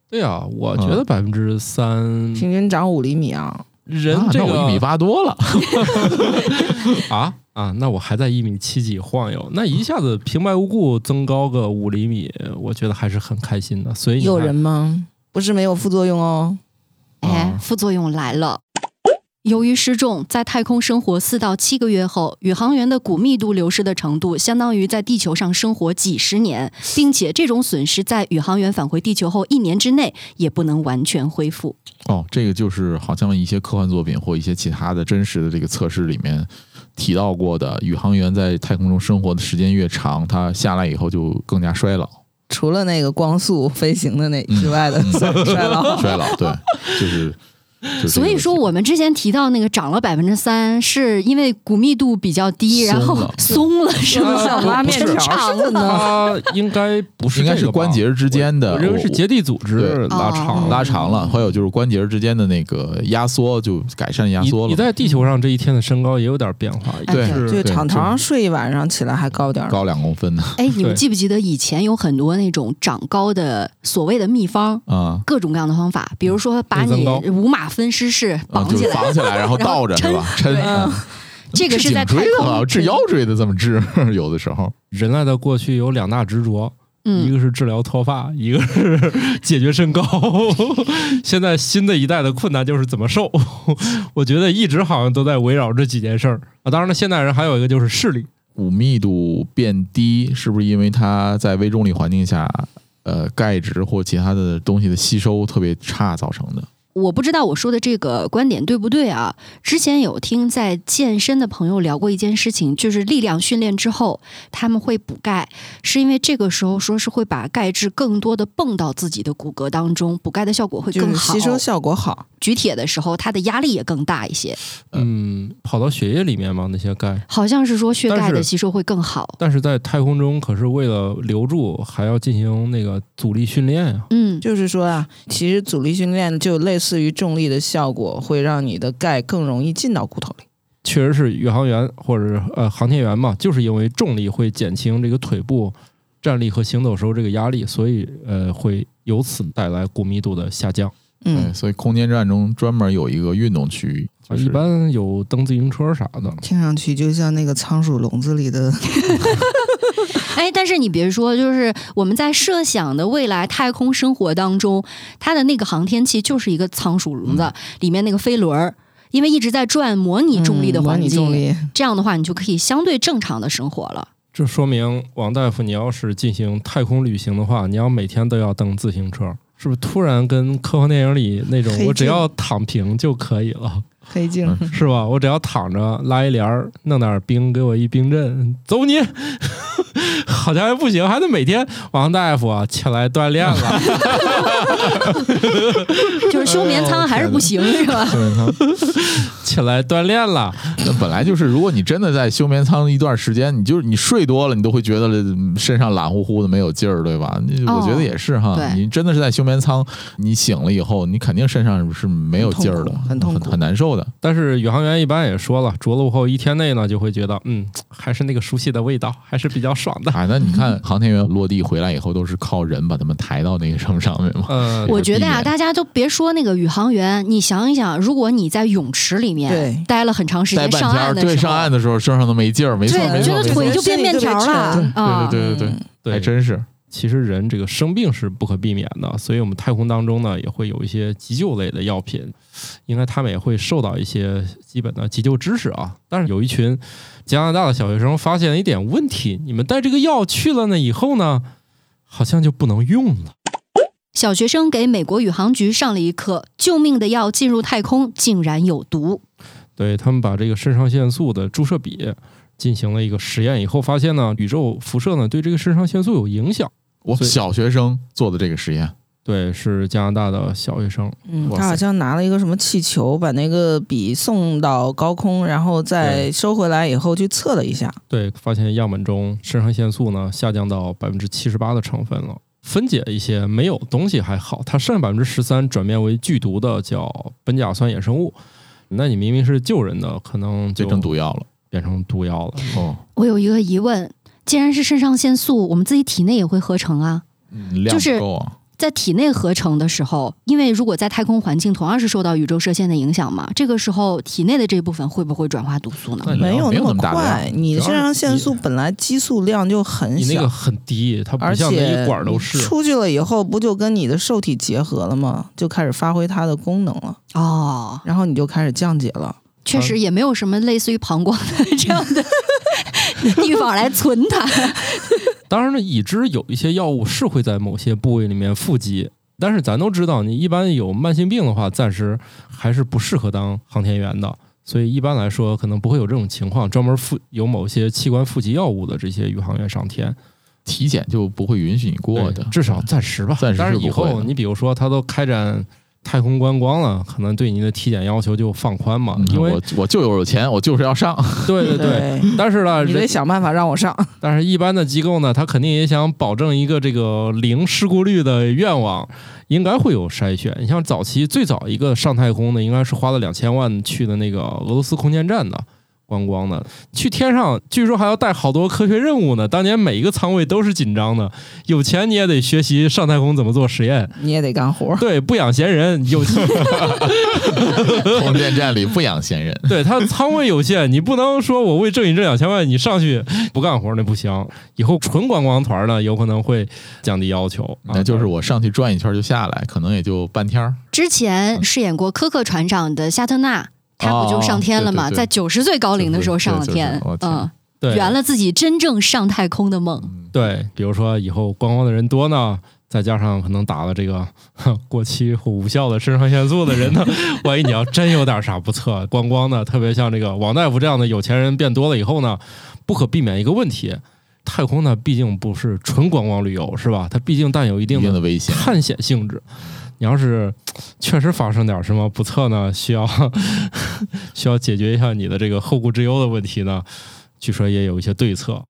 S4: 对啊，我觉
S2: 嗯
S4: 得百分之三
S3: 嗯
S2: 平均长五厘米啊，
S4: 人
S3: 啊
S4: 这
S3: 那
S4: 个
S3: 我一米八多
S4: (laughs)
S3: 了，
S4: 啊啊，那我还在一米七几晃悠，那一下子平白无故增高个五厘米，我觉得还是很开心的。所以你
S2: 有
S4: 看
S2: 人吗？不是没有副作用哦。
S1: 哎
S4: 啊，
S1: 副作用来了。由于失重，在太空生活四到七个月后，宇航员的骨密度流失的程度相当于在地球上生活几十年，并且这种损失在宇航员返回地球后一年之内也不能完全恢复。
S3: 哦，这个就是好像一些科幻作品或一些其他的真实的这个测试里面提到过的，宇航员在太空中生活的时间越长，他下来以后就更加衰
S4: (laughs)
S3: 老，
S2: 除了那个光速飞行的那之外的
S3: 嗯
S2: 衰衰老，
S3: 衰老，对，就是。就是这个
S1: 所以说，
S3: 问题
S1: 我们之前提到那个涨了百分之三，是因为骨密度比较低，
S3: 松
S1: 然后
S3: (laughs) 了
S1: 松了，是吗？
S2: 像呃拉面条似的呢。
S4: 他应该不是
S3: 应该
S4: 这个
S3: 是
S4: 吧
S3: 关节之间的，
S4: 我认为是
S3: 我
S4: 结缔组织
S3: 对
S4: 拉长
S1: 哦
S3: 拉长了，还有就是关节之间的那个压缩就改善压
S4: 你
S3: 缩了。
S4: 你在地球上这一天的身高也有点变化，
S2: 哎
S3: 对
S2: (laughs)
S4: 是
S2: 就
S3: 对
S2: 敞头上睡一晚上，起来还高点儿。
S3: 高两公分呢
S1: 哎，你们
S4: 对
S1: 记不记得以前有很多那种长高的所谓的秘方，
S3: 啊
S1: 各种各样的方法，比如说把
S4: 内增
S1: 你
S4: 高
S1: 五马分尸式
S3: 啊，
S1: 绑
S3: 就
S1: 起
S3: 是
S1: 来，
S3: 绑起来，然后
S1: 然后
S3: 倒着
S1: 抻
S3: 是吧？抻
S1: 对啊
S3: 嗯
S1: (laughs) 这个
S3: 治
S1: 是在
S3: 颈
S1: 太
S3: 椎的
S1: 空
S3: 好，治腰椎的这么治， (laughs) 有的时候
S4: 人类的过去有两大执着，一
S1: 嗯，
S4: 个是治疗脱发，一个是 (laughs) 解决身高。现在新的一代的困难就是怎么瘦， (laughs) 我觉得一直好像都在围绕这几件事儿啊。当然了，现代人还有一个就是视力，
S3: 骨密度变低，是不是因为它在微重力环境下，呃，钙质或其他的东西的吸收特别差造成的？
S1: 我不知道我说的这个观点对不对啊？之前有听在健身的朋友聊过一件事情，就是力量训练之后他们会补钙，是因为这个时候说是会把钙质更多的泵到自己的骨骼当中，补钙的效果会
S2: 就
S1: 更
S2: 是
S1: 好。
S2: 吸收效果好，
S1: 举铁的时候，它的压力也更大一些，
S4: 嗯，跑到血液里面嘛，那些钙。
S1: 好像是说血
S4: 但
S1: 钙
S4: 是
S1: 的吸收会更好。
S4: 但是在太空中，可是为了留住，还要进行那个阻力训练啊。
S1: 嗯，
S2: 就是说啊，其实阻力训练就类似于重力的效果，会让你的钙更容易进到骨头里。
S4: 确实是宇航员或者是呃航天员嘛，就是因为重力会减轻这个腿部站立和行走时候这个压力，所以呃会由此带来骨密度的下降。
S3: 对，
S2: 嗯，
S3: 哎所以空间站中专门有一个运动区域，就
S4: 啊一
S3: 是
S4: 般有蹬自行车啥的，
S2: 听上去就像那个仓鼠笼子里的。
S1: 哎，但是你别说，就是我们在设想的未来太空生活当中，它的那个航天器就是一个仓鼠笼子，
S3: 嗯
S1: 里面那个飞轮儿，因为一直在转，模拟重力的
S2: 嗯 (laughs) 模
S1: 环
S2: 拟
S1: 境，
S2: 重力，
S1: 这样的话你就可以相对正常的生活
S3: (laughs)
S1: 了。
S4: 这说明王大夫，你要是进行太空旅行的话，你要每天都要蹬自行车，是不是？突然跟科幻电影里那种
S2: 黑，镜
S4: 我只要躺平就可以了，
S2: (laughs) 黑镜。
S3: 嗯
S4: 是吧？我只要躺着拉一帘儿，弄点冰给我一冰镇，走你！ (laughs) 好像还不行，还得每天王大夫啊起来锻炼了。
S1: 就是休眠
S3: 哎呦
S1: 舱还是不行，是吧？
S3: 对它
S4: (laughs) 起来锻炼了，
S3: 那本来就是，如果你真的在休眠舱一段时间，你就是你睡多了，你都会觉得嗯身上懒乎乎的，没有劲儿，对吧？你
S1: 哦
S3: 我觉得也是哈
S1: 对，
S3: 你真的是在休眠舱，你醒了以后，你肯定身上是没有劲儿的，
S2: 很痛苦很痛苦
S3: 很难受的。
S4: 但是宇航员一般也说了，着陆后一天内呢，就会觉得，嗯，还是那个熟悉的味道，还是比较爽的。
S3: 啊，那你看航天员落地回来以后，都是靠人把他们抬到那个什么上面嘛。
S4: 呃，
S1: 我觉得
S3: 避
S1: 啊，
S3: 免
S1: 大家都别说那个宇航员，你想一想，如果你在泳池里面
S2: 对
S1: 待了很长时
S3: 待
S1: 间，
S3: 半
S1: 上
S3: 天儿，
S1: 岸的时候，
S3: 对，上岸的时候身上都没劲儿，没错，
S1: 对，
S3: 没
S1: 觉
S3: 错，
S1: 得
S3: 没错。
S1: 腿就变面条了
S2: 对
S1: 啊。
S3: 对对对
S2: 嗯
S4: 对
S3: 还真是，
S4: 其实人这个生病是不可避免的，所以我们太空当中呢也会有一些急救类的药品，应该他们也会受到一些基本的急救知识啊。但是有一群加拿大的小学生发现了一点问题，你们带这个药去了呢以后呢，好像就不能用了。
S1: 小学生给美国宇航局上了一课：救命的药进入太空竟然有毒。
S4: 对他们把这个肾上腺素的注射比进行了一个实验以后，发现呢，宇宙辐射呢对这个肾上腺素有影响。
S3: 我
S4: 所以
S3: 小学生做的这个实验，
S4: 对，是加拿大的小学生，
S2: 嗯，
S3: 哇
S2: 他好
S3: 塞
S2: 像拿了一个什么气球，把那个笔送到高空，然后再
S4: 对
S2: 收回来以后去测了一下。
S4: 对，发现样本中肾上腺素呢下降到百分之七十八的成分了。分解一些没有东西还好，它剩百分之十三转变为剧毒的叫苯甲酸衍生物。那你明明是救人的，可能
S3: 这
S4: 就
S3: 成毒药了。
S4: 变成毒药了。
S3: 哦，
S1: 我有一个疑问，既然是肾上腺素，我们自己体内也会合成啊。
S3: 嗯量
S1: 就是
S3: 不够啊。
S1: 在体内合成的时候，因为如果在太空环境同样是受到宇宙射线的影响嘛，这个时候体内的这部分会不会转化毒素
S3: 那
S1: 呢？
S3: 你
S2: 没有
S3: 嗯没有
S2: 么
S3: 那么大
S2: 快，
S3: 量
S2: 你
S3: 主要
S2: 肾上
S3: 是
S2: 腺
S3: 你
S2: 素本来激素量就很
S4: 你那个
S2: 小，
S4: 很低，它不
S2: 啊而
S4: 像那
S2: 且
S4: 一管都是。
S2: 出去了以后不就跟你的受体结合了吗？就开始发挥它的功能了，
S1: 哦，
S2: 然后你就开始降解了。
S1: 确实也没有什么类似于膀胱的这样 (laughs) 的地方来存它。
S4: 当然了，已知有一些药物是会在某些部位里面富集，但是咱都知道，你一般有慢性病的话，暂时还是不适合当航天员的。所以一般来说，可能不会有这种情况，专门附有某些器官富集药物的这些宇航员上天。
S3: 体检就不会允许你过的
S4: 对，至少暂时吧。
S3: 暂时
S4: 但
S3: 是
S4: 是
S3: 不
S4: 以
S3: 会的
S4: 后，你比如说，他都开展太空观光了，可能对您的体检要求就放宽嘛，
S3: 嗯
S4: 因为
S3: 我我就有钱，我就是要
S4: (laughs)
S3: 上。
S4: 对对
S2: (laughs)
S4: 啊对。但是呢，
S2: 你
S4: 人
S2: 得想办法让我上。
S4: 但是，一般的机构呢，他肯定也想保证一个这个零事故率的愿望，应该会有筛选。你像早期最早一个上太空的，应该是花了两千万去的那个俄罗斯空间站的观光的，去天上，据说还要带好多科学任务呢。当年每一个仓位都是紧张的，有钱你也得学习上太空怎么做实验，
S2: 你也得干活
S4: (laughs)
S2: 儿。
S4: 对，不养闲人，有
S3: 空间站里不养闲
S4: (laughs)
S3: 人，
S4: 对他仓位有限，你不能说我为挣你这两千万，你上去不干活那不行。以后纯观光团呢，有可能会降低要求，啊
S3: 那就是我上去转一圈就下来，可能也就半天儿。
S1: 之前饰演过科克船长的夏特纳，他不就上天了
S3: 哦
S1: 吗？
S3: 对对对
S1: 在九十岁高龄的时候上了天
S3: 对对对，对
S1: 嗯，
S4: 对
S1: 圆了自己真正上太空的梦。
S4: 对，比如说以后观光的人多呢。再加上可能打了这个 (laughs) 哼过期或无效的肾上腺素的人呢，万一你要真有点啥不测，观光呢，特别像这个王大夫这样的有钱人变多了以后呢，不可避免一个问题，太空呢毕竟不是纯观光旅游，是吧？它毕竟带有一
S3: 一
S4: 定的
S3: 定的危险。
S4: 探险性质。你要是确实发生点什么不测呢，需要 (laughs) 需要解决一下你的这个后顾之忧的问题呢，据说也有一些对策。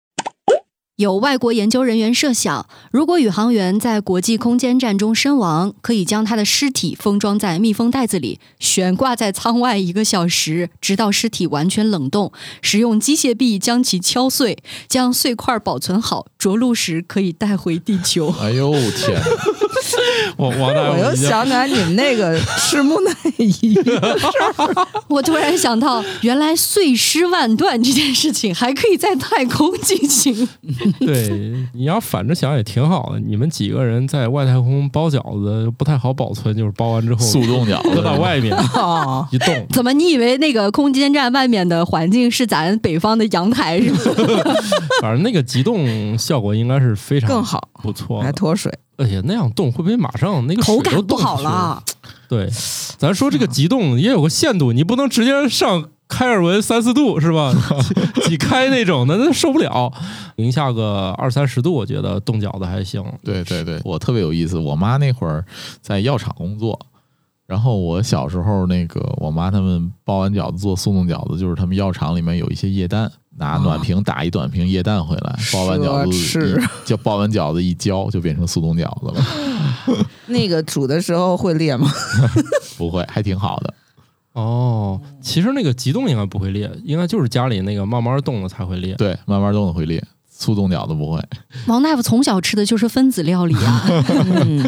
S1: 有外国研究人员设想，如果宇航员在国际空间站中身亡，可以将他的尸体封装在密封袋子里，悬挂在舱外一个小时，直到尸体完全冷冻，使用机械臂将其敲碎，将碎块保存好，着陆时可以带回地球。
S3: 哎呦
S4: (laughs)
S3: 天！
S4: 我王大
S2: 我又
S4: 夫已经，
S2: 想起来你们那个拭目耐疑。
S1: 我突然想到，原来碎尸万段这件事情还可以在太空进行。
S4: 对，你要反着想也挺好的。你们几个人在外太空包饺子不太好保存，就是包完之后
S3: 速冻饺
S4: 搁到
S3: 子，
S4: 外面
S2: 哦，
S4: 一冻。
S1: 怎么，你以为那个空间站外面的环境是咱北方的阳台
S3: (laughs)
S1: 是吗？
S4: 反正那个急冻效果应该是非常
S2: 更好，
S4: 不错
S2: 还
S4: 的。
S2: 脱水。
S4: 而且那样冻会不会马上那个水
S1: 口
S4: 都
S1: 感不
S4: 冻
S1: 好
S4: 出去
S1: 了。
S4: 对，咱说这个极冻也有个限度，你不能直接上开尔文三四度是吧？几几开那种的那受不了，零下个二三十度，我觉得冻饺子还行。
S3: 对对对，我特别有意思。我妈那会儿在药厂工作，然后我小时候那个我妈他们包完饺子做速冻饺子，就是他们药厂里面有一些液氮，
S4: 啊
S3: 拿暖瓶打一短瓶液氮回来，包完饺
S2: 奢
S3: 子
S2: 侈
S3: 一就包完饺子一浇就变成速冻饺子了，
S2: 那个煮的时候会裂吗？ (laughs)
S3: 不会，还挺好的。
S4: 哦，其实那个极冻应该不会裂，应该就是家里那个慢慢冻了才会裂。
S3: 对，慢慢冻的会裂，速冻饺子不会。
S1: 王大夫从小吃的就是分子料理啊，
S3: (laughs)
S2: 嗯，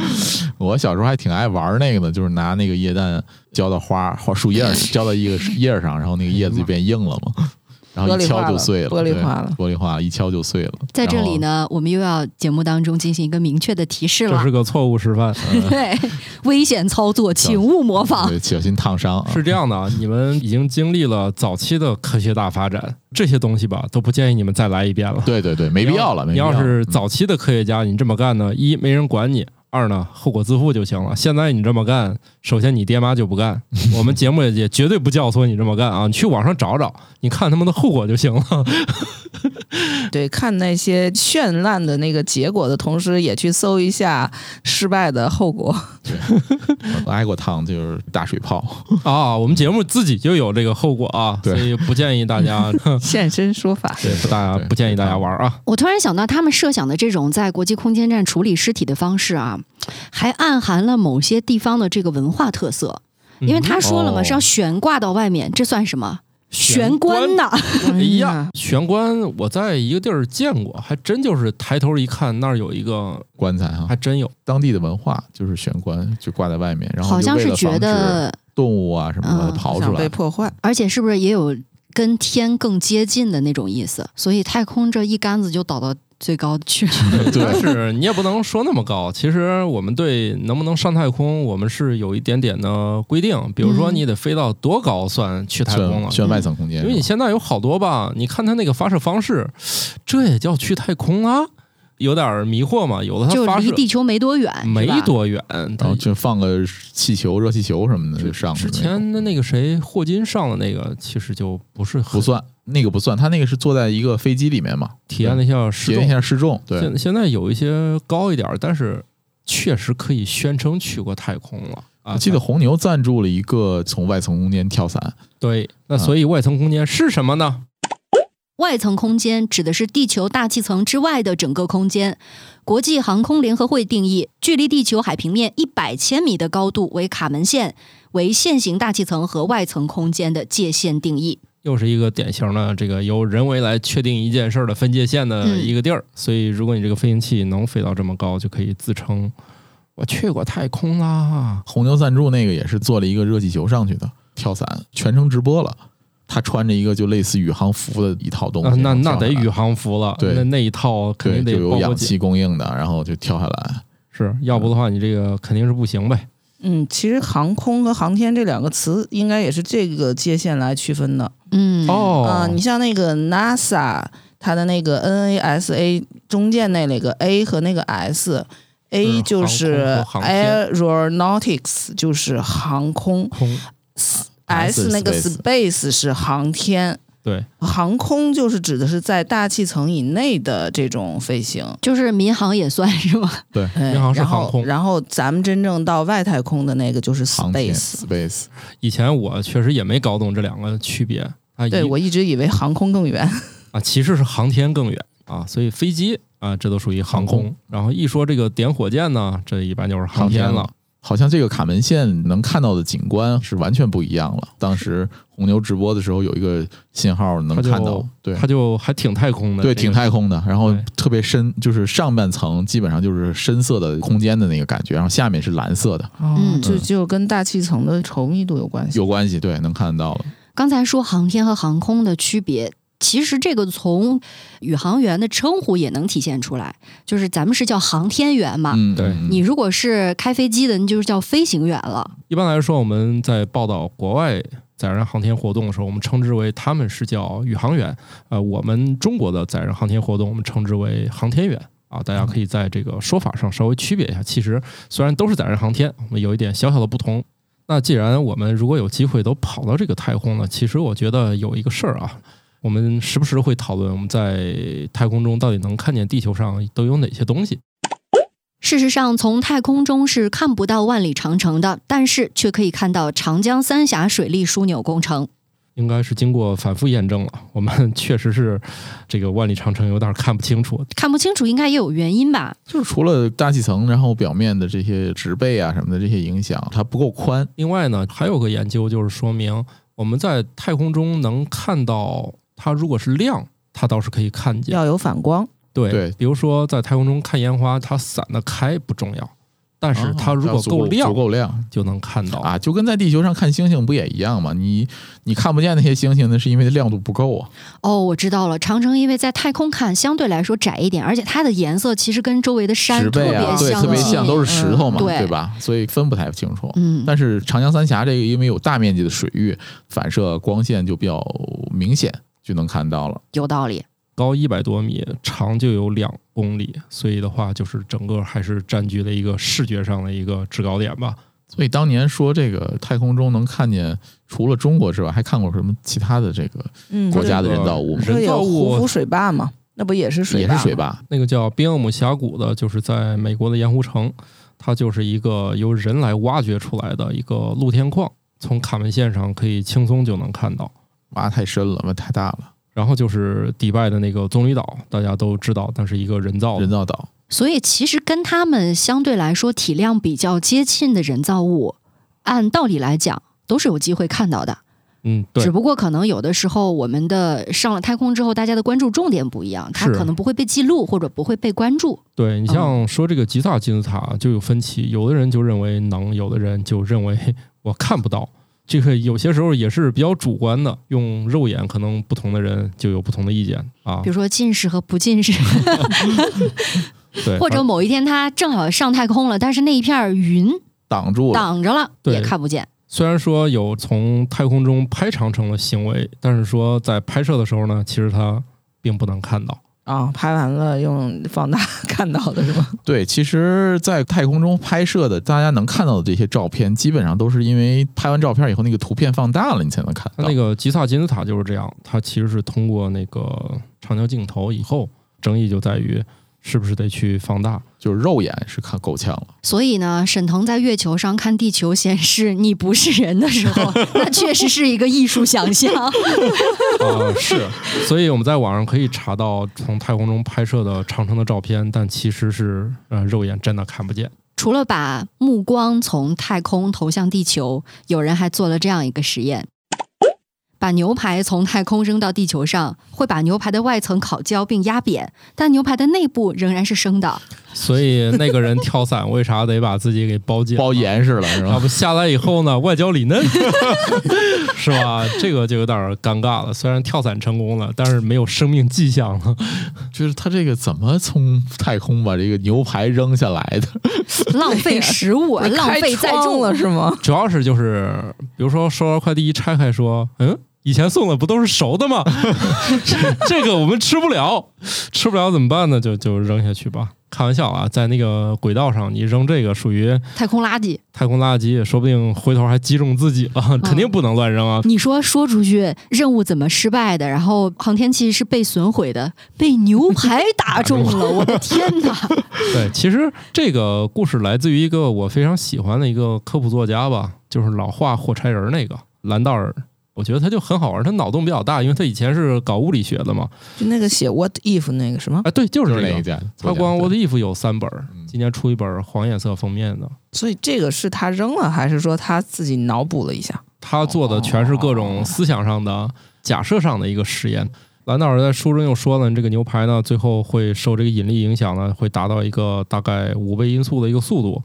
S3: 我小时候还挺爱玩那个的，就是拿那个液氮浇到花花树叶儿浇到一个叶儿上，然后那个叶子就变硬了嘛，然后一敲就碎了，
S2: 玻璃化了
S3: 对玻璃化了，一敲就碎了。
S1: 在这里呢，我们又要节目当中进行一个明确的提示
S4: 这
S1: 了
S4: 是，个错误示范，
S1: (laughs) 对，危险操作请勿模
S3: 然后，
S1: 仿。
S3: 对，小心烫伤啊。
S4: 是这样的啊，你们已经经历了早期的科学大发展，这些东西吧都不建议你们再来一遍了。
S3: 对对对，没必要了，没嗯
S4: 你
S3: 必
S4: 要
S3: 了
S4: 是早期的科学家，你这么干呢，一没人管你，二呢，后果自负就行了。现在你这么干，首先你爹妈就
S3: (laughs)
S4: 不干，我们节目也也绝对不教唆你这么干啊！你去网上找找，你看他们的后果就
S3: (laughs)
S4: 行了。
S2: 对，看那些绚烂的那个结果的同时，也去搜一下失败的后果。 (laughs)
S3: 挨过烫就是大水泡，
S4: 啊，我们节目自己就有这个后果啊，
S3: 对
S4: 所以不建议
S3: (laughs)
S4: 大家，
S2: 现身说法，
S4: (laughs) 对，不大
S3: 对
S4: 不建议大家玩啊。
S1: 我突然想到，他们设想的这种在国际空间站处理尸体的方式啊，还暗含了某些地方的这个文化特色。
S4: 嗯
S1: 因为他说了嘛，
S3: 哦
S1: 是要悬挂到外面，这算什么？
S4: 悬
S1: 悬棺呐！
S4: 哎
S1: 啊
S4: 呀，玄关我在一个地儿见过，还真就是抬头一看，那儿有一个，
S3: 棺材啊
S4: 还，真有。
S3: 当地的文化就是悬棺就挂在外面，然后
S1: 好
S3: 就
S1: 像
S3: 为
S1: 是
S3: 了
S1: 觉
S3: 防止
S1: 得，
S3: 动物啊什么的
S1: 嗯
S3: 刨出
S2: 想
S3: 来
S2: 被，破坏。
S1: 而且是不是也有跟天更接近的那种意思？所以太空这一杆子就倒到最高去了。
S3: (laughs)
S4: 但是你也不能说那么高。其实我们对能不能上太空，我们是有一点点的规定，比如说
S1: 嗯
S4: 你得飞到多高算去 (laughs) 太空了
S3: 炫。炫外层空间
S4: 因为你
S3: 是吧，
S4: 现在有好多吧，你看它那个发射方式，这也叫去太空啊，有点儿迷惑嘛。有的
S1: 就
S4: 它发
S1: 离
S4: 射
S1: 地球没多远，
S4: 没
S1: 是吧。
S4: 多远，它
S3: 然后就放个气球、热气球什么的就上去
S4: 之
S3: 了那种。
S4: 前的那个谁霍金上的那个，其实就不是很
S3: 不算，那个不算，他那个是坐在一个飞机里面嘛，
S4: 体验了一下
S3: 体
S4: 失
S3: 验
S4: 重
S3: 一。下失重，对，
S4: 现现在有一些高一点儿，但是确实可以宣称去过太空了啊。
S3: 我记得红牛赞助了一个从外层空间跳伞，
S4: 对，那所以外层空间是什么呢？
S1: 外层空间指的是地球大气层之外的整个空间。国际航空联合会定义，距离地球海平面一百千米的高度为卡门线，为现行大气层和外层空间的界限定义。
S4: 又是一个典型的这个由人为来确定一件事儿的分界线的
S1: 嗯
S4: 一个地儿。所以，如果你这个飞行器能飞到这么高，就可以自称啊我去过太空啦。
S3: 红牛赞助那个也是做了一个热气球上去的跳伞，全程直播了。他穿着一个就类似宇航服的一套东
S4: 那
S3: 西，
S4: 啊那
S3: 然后
S4: 那
S3: 跳下
S4: 得
S3: 来
S4: 宇航服了，
S3: 对
S4: 那那一套肯
S3: 对
S4: 定
S3: 就
S4: 得
S3: 有
S4: 包
S3: 氧
S4: 括紧
S3: 气供应的，然后就跳下来。
S4: 是要不的话，你这个肯定是不行呗。
S2: 嗯，其实航空和航天这两个词应该也是这个界限来区分的。
S1: 嗯，
S4: 哦，
S2: 啊、你像那个 NASA，它的那个 NASA 中间那那个 A 和那个 S，A
S4: 嗯
S2: 就
S4: 航
S2: 是
S4: 空和航天
S2: aeronautics，就是航空
S4: 空
S2: ，S 那个
S3: space
S2: space 是航天。
S4: 对，
S2: 航空就是指的是在大气层以内的这种飞行，
S1: 就是民航也算是吗？
S2: 哎
S4: 民航是
S2: 然后
S4: 航空
S2: 然后咱们真正到外太空的那个就是
S3: 航天
S2: space。
S3: space
S4: 以前我确实也没搞懂这两个区别啊。
S2: 对
S4: 一
S2: 我一直以为航空更远，
S4: 啊，其实是航天更远啊，所以飞机啊，这都属于航空。
S3: 航空
S4: 然后一说这个点火箭呢，这一般就是航天了。。
S3: 好像这个卡门线能看到的景观是完全不一样了。当时红牛直播的时候，有一个信号能
S4: 它就
S3: 看到，对，
S4: 它就还挺太空的，
S3: 对，
S4: 这
S3: 挺
S4: 个
S3: 太空的，然后
S4: 对
S3: 特别深，就是上半层基本上就是深色的空间的那个感觉，然后下面是蓝色的，
S4: 哦
S1: 嗯
S2: 就就跟大气层的稠密度有关系。
S3: 有关系，对，能看得到了。
S1: 刚才说航天和航空的区别，其实这个从宇航员的称呼也能体现出来，就是咱们是叫航天员嘛。
S3: 嗯，
S4: 对
S3: 嗯
S1: 啊你如果是开飞机的，你就是叫飞行员了。
S4: 一般来说，我们在报道国外载人航天活动的时候，我们称之为他们是叫宇航员，呃，我们中国的载人航天活动我们称之为航天员啊。大家可以在这个说法上稍微区别一下。其实虽然都是载人航天，我们有一点小小的不同。那既然我们如果有机会都跑到这个太空了，其实我觉得有一个事儿啊，我们时不时会讨论我们在太空中到底能看见地球上都有哪些东西。
S1: 事实上，从太空中是看不到万里长城的，但是却可以看到长江三峡水利枢纽工程。
S4: 应该是经过反复验证了，我们 (laughs) 确实是这个万里长城有点看不清楚。
S1: 看不清楚，应该也有原因吧？
S3: 就是除了大气层，然后表面的这些植被啊什么的这些影响，它不够宽，
S4: 另外呢，还有个研究就是说明我们在太空中能看到它，如果是亮，它倒是可以看见。
S2: 要有反光，
S4: 对，
S3: 对
S4: 比如说在太空中看烟花，它散得开不重要，但是它如
S3: 啊要
S4: 果
S3: 足够
S4: 够亮哦
S3: 足，够亮
S4: 就能看到。
S3: 啊，就跟在地球上看星星不也一样吗？你你看不见那些星星，那是因为亮度不够啊。
S1: 哦，我知道了。长城因为在太空看相对来说窄一点，而且它的颜色其实跟周围的山
S3: 植
S1: 特
S3: 被
S1: 别
S3: 啊，对，
S1: 相
S3: 特别
S1: 近，
S3: 像，都是石头嘛，
S1: 嗯对
S3: 对吧？所以分不太清楚。
S1: 嗯，
S3: 但是长江三峡这个因为有大面积的水域，反射光线就比较明显，就能看到了。
S1: 有道理。
S4: 高一百多米，长就有两公里，所以的话就是整个还是占据了一个视觉上的一个制高点吧。
S3: 所以当年说这个太空中能看见，除了中国之外，还看过什么其他的这个
S2: 嗯，
S3: 国家的人造物吗？
S2: 不是
S4: 人造
S2: 有
S4: 物
S2: 胡夫水坝吗？那不也是水
S3: 也
S2: 坝？
S3: 是水。坝，
S4: 那个叫宾厄姆峡谷的，就是在美国的盐湖城，它就是一个由人来挖掘出来的一个露天矿，从卡门线上可以轻松就能看到。
S3: 挖太深了，挖太大了，
S4: 然后就是迪拜的那个棕榈岛，大家都知道，那是一个人造的
S3: 人造岛。
S1: 所以其实跟他们相对来说体量比较接近的人造物，按道理来讲都是有机会看到的。
S4: 嗯，对
S1: 只，不过可能有的时候我们的上了太空之后，大家的关注重点不一样，它
S4: 是哦
S1: 可能不会被记录或者不会被关注。
S4: 对你像说这个吉萨金字塔就有分歧，有的人就认为能，有的人就认为 (laughs) 我看不到。这个有些时候也是比较主观的，用肉眼可能不同的人就有不同的意见啊
S1: 比。如说近视和不近
S4: (laughs)
S1: 视，
S4: 对，
S1: 或者某一天它正好上太空了，但是那一片云
S3: 挡住了，
S1: 挡着了，
S4: 对
S1: 也看不见。
S4: 虽然说有从太空中拍长城的行为，但是说在拍摄的时候呢，其实它并不能看到。
S2: 啊、拍完了用放大 (laughs) 看到的是吗？
S3: 对，其实，在太空中拍摄的，大家能看到的这些照片，基本上都是因为拍完照片以后，那个图片放大了，你才能看
S4: 它
S3: 到。
S4: 那个吉萨金字塔就是这样，它其实是通过那个长焦镜头以后，争议就在于是不是得去放大。
S3: 就是肉眼是看够呛了，
S1: 所以呢，沈腾在月球上看地球显示你不是人的时候， (laughs) 那确实是一个艺术想象。
S4: (laughs) 啊，是，所以我们在网上可以查到从太空中拍摄的长城的照片，但其实是呃肉眼真的看不见。
S1: 除了把目光从太空投向地球，有人还做了这样一个实验：把牛排从太空扔到地球上，会把牛排的外层烤焦并压扁，但牛排的内部仍然是生 (laughs) 的。
S4: 所以那个人跳伞，为啥得把自己给包紧？
S3: 包严实了是
S4: 要
S3: 吧？
S4: 啊不下来以后呢，外焦里嫩， (laughs) 是吧？这个就有点尴尬了。虽然跳伞成功了，但是没有生命迹象了。 (laughs)
S3: 就是他这个怎么从太空把这个牛排扔下来的？
S1: 浪费食物， (laughs) 啊，浪费
S2: 开
S1: 载
S2: 窗
S1: 重
S2: 了。是吗？
S4: 主要是就是，比如说收到快递一拆开说，嗯，以前送的不都是熟的吗？ (laughs) 这个我们吃不了，吃不了怎么办呢？就就扔下去吧。开玩笑啊，在那个轨道上，你扔这个属于
S1: 太空垃 (laughs) 圾，
S4: 太空垃圾，说不定回头还击中自己了，肯定不能乱扔啊。
S1: 你说说出去，任务怎么失败的？然后航天器是被损毁的，被牛排打中了，我的天哪！
S4: 对，其实这个故事来自于一个我非常喜欢的一个科普作家吧，就是老画火柴人儿那个兰道尔。我觉得他就很好玩，他脑洞比较大，因为他以前是搞物理学的嘛。
S2: 就那个写 What if 那个什么？
S4: 啊，对，就是
S3: 就是
S4: 这
S3: 那
S4: 个
S3: 一。家，
S4: 他光《我
S3: 我
S4: 的衣服》有三本儿
S3: 嗯，
S4: 今年出一本儿黄颜色封面的。
S2: 所以这个是他扔了，还是说他自己脑补了一下？
S4: 他做的全是各种思想上的、假设上的一个实验。兰道尔在书中又说呢，这个牛排呢，最后会受这个引力影响呢，会达到一个大概五倍音速的一个速度。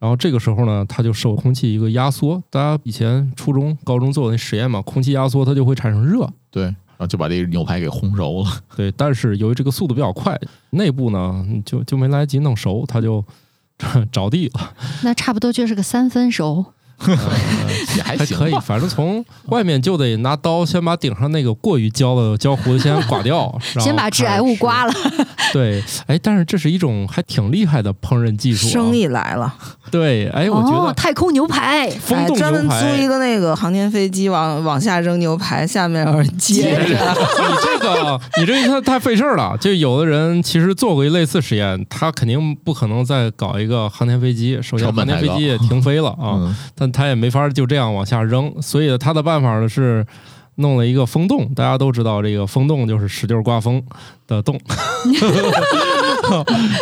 S4: 然后这个时候呢，它就受空气一个压缩。大家以前初中、高中做的那实验嘛，空气压缩它就会产生热，
S3: 对，然后就把这个牛排给烘熟
S4: (laughs)
S3: 了，
S4: 对。但是由于这个速度比较快，内部呢嗯就就没来得及弄熟，它就 (laughs) 着地了。
S1: (laughs) 那差不多就是个三分熟。
S3: 也还
S4: 还啊
S3: 行
S4: 可以，
S3: 吧。
S4: 反正从外面就得拿刀先把顶上那个过于焦的焦糊的先
S1: (laughs)
S4: 刮掉，然后
S1: 先把致癌物刮了，
S4: 开始。对，哎，但是这是一种还挺厉害的烹饪技术、啊。
S2: 生意来了，
S4: 对，哎，我觉
S1: 哦、
S4: 得
S1: 太空牛排，
S4: 风
S2: 哎
S4: 洞
S2: 专
S4: 牛
S2: 门租一
S4: 排，
S2: 个那个航天飞机往往下扔牛排，下面有
S4: (laughs)
S2: 人接
S4: 你
S2: 着。
S4: 这个你这个太费事儿了。就有的人其实做过一类似实验，他肯定不可能再搞一个航天飞机，首先
S3: 成
S4: 航
S3: 本
S4: 天
S3: 太
S4: 飞
S3: 高
S4: 机
S3: (laughs)
S4: 也停飞了啊。
S3: 嗯，
S4: 但他也没法就这样往下扔，所以他的办法呢是弄了一个风洞。大家都知道，这个风洞就是使劲刮风的洞。 (laughs)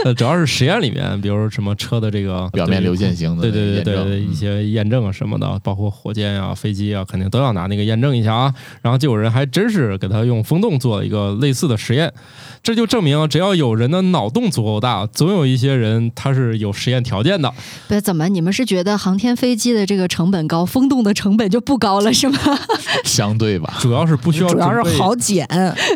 S4: 呃，主要是实验里面，比如说什么车的这个
S3: 表面流线型的
S4: 对，
S3: 那个验
S4: 对对对
S3: 证嗯
S4: 对，一些验证啊什么的，包括火箭啊、飞机啊，肯定都要拿那个验证一下啊。然后就有人还真是给他用风洞做了一个类似的实验，这就证明只要有人的脑洞足够大，总有一些人他是有实验条件的。
S1: 不怎么？你们是觉得航天飞机的这个成本高，风洞的成本就不高了是吗？
S3: 相对吧，
S4: 主要是不需要
S2: 主要
S4: 准备
S2: 是好捡，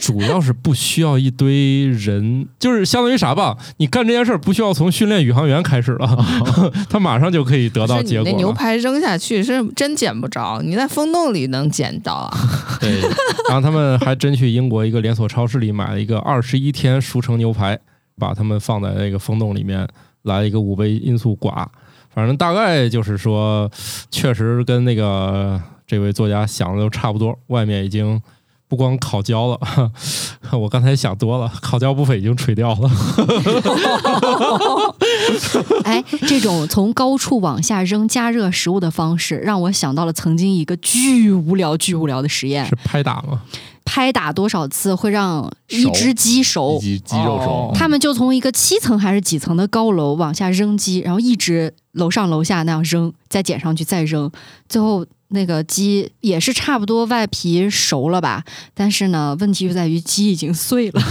S4: 主要是不需要一堆人，就是相当于啥 (laughs) 啥吧，你干这件事儿不需要从训练宇航员开始了， (laughs) 他马上就可以得到
S2: 是你
S4: 结
S2: 那
S4: 果
S2: 牛
S4: 了
S2: 排扔下去是真捡不着，你在风洞里能捡到啊？ (laughs)
S3: (laughs) 对，
S4: (laughs) 然后他们还真去英国一个连锁超市里买了一个二十一天熟成牛排，把它们放在那个风洞里面，来一个五倍音速刮。反正大概就是说，确实跟那个这位作家想的都差不多。外面已经不光烤焦了， (laughs) 我刚才想多了，烤焦部分已经垂
S2: (laughs)
S4: 掉了。
S1: 哎，这种从高处往下扔加热食物的方式，让我想到了曾经一个巨无聊、巨无聊的实验
S4: 是：拍打吗？
S1: 拍打多少次会让一
S3: 熟
S1: 只鸡熟？
S3: 以及肌肉
S2: 哦
S3: 手，
S1: 他们就从一个七层还是几层的高楼往下扔鸡，然后一直楼上楼下那样扔，再捡上去再扔，最后那个鸡也是差不多外皮熟了吧？但是呢，问题就在于鸡已经碎了。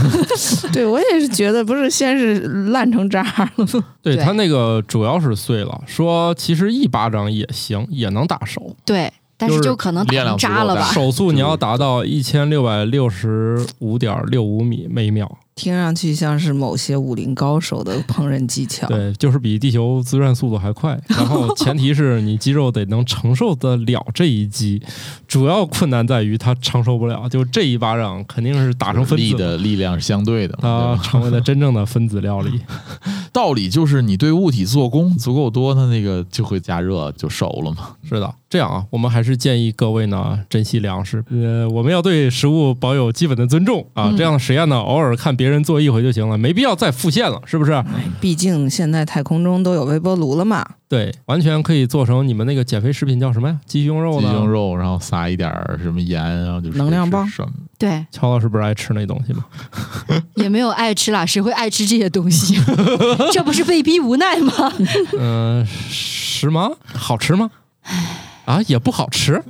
S2: 对我也是觉得，不是先是烂成渣儿了吗？
S4: 对
S1: 对
S4: 他那个主要是碎了，说其实一巴掌也行，也能打熟。
S1: 对，但
S4: 就是是
S1: 就可能打成渣了吧
S3: 力量不够？
S4: 手速你要达到一千六百六十五点六五米每秒，
S2: 听上去像是某些武林高手的烹饪技巧。
S4: 对，就是比地球自转速度还快。然后前提是你肌肉得能承受得了这一击，主要困难在于它承受不了，就这一巴掌肯定是打成分
S3: 力
S4: 子啊了，
S3: 的力量是相对的，
S4: 它
S3: 对吧
S4: 成为了真正的分子料理。
S3: 道理就是你对物体做功足够多，它那个就会加热就熟了嘛。
S4: 是的，这样啊，我们还是建议各位呢珍惜粮食。
S3: 嗯
S4: 呃，我们要对食物保有基本的尊重啊。
S1: 嗯
S4: 这样的实验呢，偶尔看别人做一回就行了，没必要再复现了，是不是？
S3: 嗯
S2: 毕竟现在太空中都有微波炉了嘛。
S4: 对，完全可以做成你们那个减肥食品叫什么呀？鸡胸肉
S3: 鸡
S4: 呢？
S3: 胸肉，然后撒一点儿什么盐，然后就是
S2: 能量棒
S3: 什么
S1: 对，
S4: 乔老师不是爱吃那东西吗？
S1: 也没有爱吃啦，谁会爱吃这些东西？这不是被逼无奈吗？
S4: (laughs) 嗯、是吗？好吃吗？啊，也不好吃。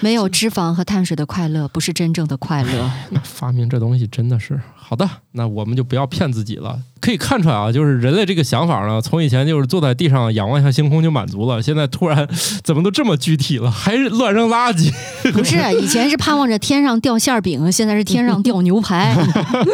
S1: 没有脂肪和碳水的快乐，不是真正的快乐。
S4: 那发明这东西真的是好的，那我们就不要骗自己了。可以看出来啊，就是人类这个想法呢，从以前就是坐在地上仰望一下星空就满足了，现在突然怎么都这么具体了，还是乱扔垃圾。
S1: 不是，啊以前是盼望着天上掉馅儿饼，现在是天上掉牛排。 (laughs)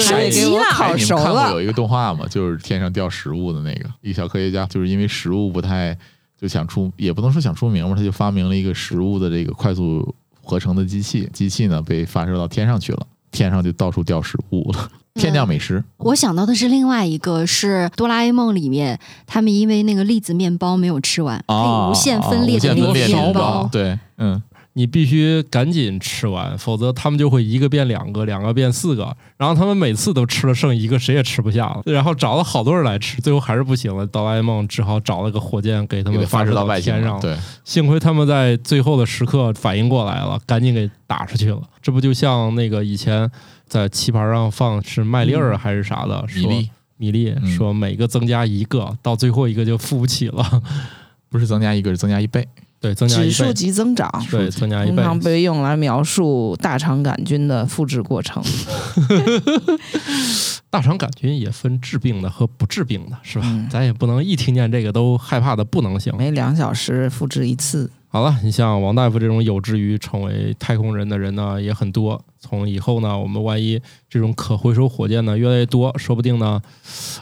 S2: 水给我烤
S3: 哎，你
S2: 熟
S3: 们看过
S2: 了，
S3: 有一个动画吗？就是天上掉食物的那个，一个小科学家就是因为食物不太就想出，也不能说想出名吧，他就发明了一个食物的这个快速合成的机器，机器呢被发射到天上去了，天上就到处掉食物了，天
S1: 嗯
S3: 降美食。
S1: 我想到的是另外一个，是《哆啦 A 梦》里面，他们因为那个栗子面包没有吃完，
S4: 啊
S1: 可以无限分裂
S3: 啊
S1: 的
S3: 无限
S1: 那
S3: 分
S1: 个
S3: 裂
S1: 面
S3: 包
S1: 包，，
S3: 对，嗯，
S4: 你必须赶紧吃完，否则他们就会一个变两个，两个变四个，然后他们每次都吃了剩一个，谁也吃不下了。然后找了好多人来吃，最后还是不行了。哆啦 A 梦只好找了个火箭给他
S3: 给
S4: 们
S3: 它发
S4: 射
S3: 射到外星
S4: 天
S3: 了
S4: 上。
S3: 对，
S4: 幸亏他们在最后的时刻反应过来了，赶紧给打出去了。这不就像那个以前在棋盘上放是麦粒儿还是啥
S2: 嗯
S4: 的，
S3: 米
S4: 说
S3: 粒
S4: 米粒
S3: 嗯
S4: 说每个增加一个，到最后一个就付不起了。
S3: 不是增加一个，是增加一倍。
S4: 对，增加
S2: 指
S4: 一
S2: 数
S4: 倍，
S2: 级增长，
S4: 对，增加一
S2: 通
S4: 倍。
S2: 常被用来描述大肠杆菌的复制过程。
S4: 大肠杆菌也分治病的和不治病的，是吧？
S2: 嗯
S4: 咱也不能一听见这个都害怕的不能行。
S2: 每两小时复制一次。
S4: 好了，你像王大夫这种有志于成为太空人的人呢，也很多。从以后呢，我们万一这种可回收火箭呢越来越多，说不定呢，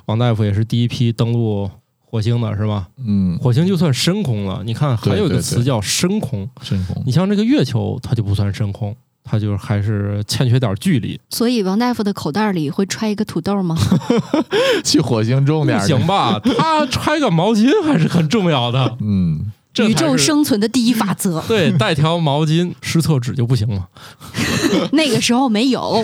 S4: 王大夫也是第一批登陆火星的，是吧？
S3: 嗯，
S4: 火星就算深空了，你看还有
S3: 对
S4: 一个
S3: 对
S4: 词
S3: 对
S4: 叫深空。
S3: 真空
S4: 你像这个月球，它就不算深空，它就是还是欠缺点距离，
S1: 所以王大夫的口袋里会揣一个土豆吗？
S3: (laughs) 去火星重
S4: 不
S3: 点儿
S4: 行？吧？它揣个毛巾还是很重要的，
S3: 嗯，
S4: 这
S1: 宇
S4: 才
S1: 宙
S4: 是，
S1: 生存的第一法则
S4: 对带条毛巾、湿厕纸就不行了。
S1: 那个时候没有。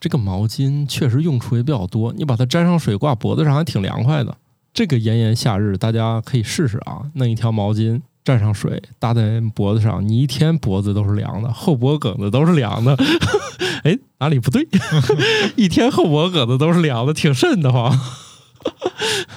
S4: 这个毛巾确实用处也比较多，你把它沾上水挂脖子上还挺凉快的。这个炎炎夏日，大家可以试试啊，弄一条毛巾蘸上水搭在脖子上，你一天脖子都是凉的，后脖梗子都是凉的。 (laughs) 哎，哪里不对？一天后脖梗子都是凉的，挺瘆得慌。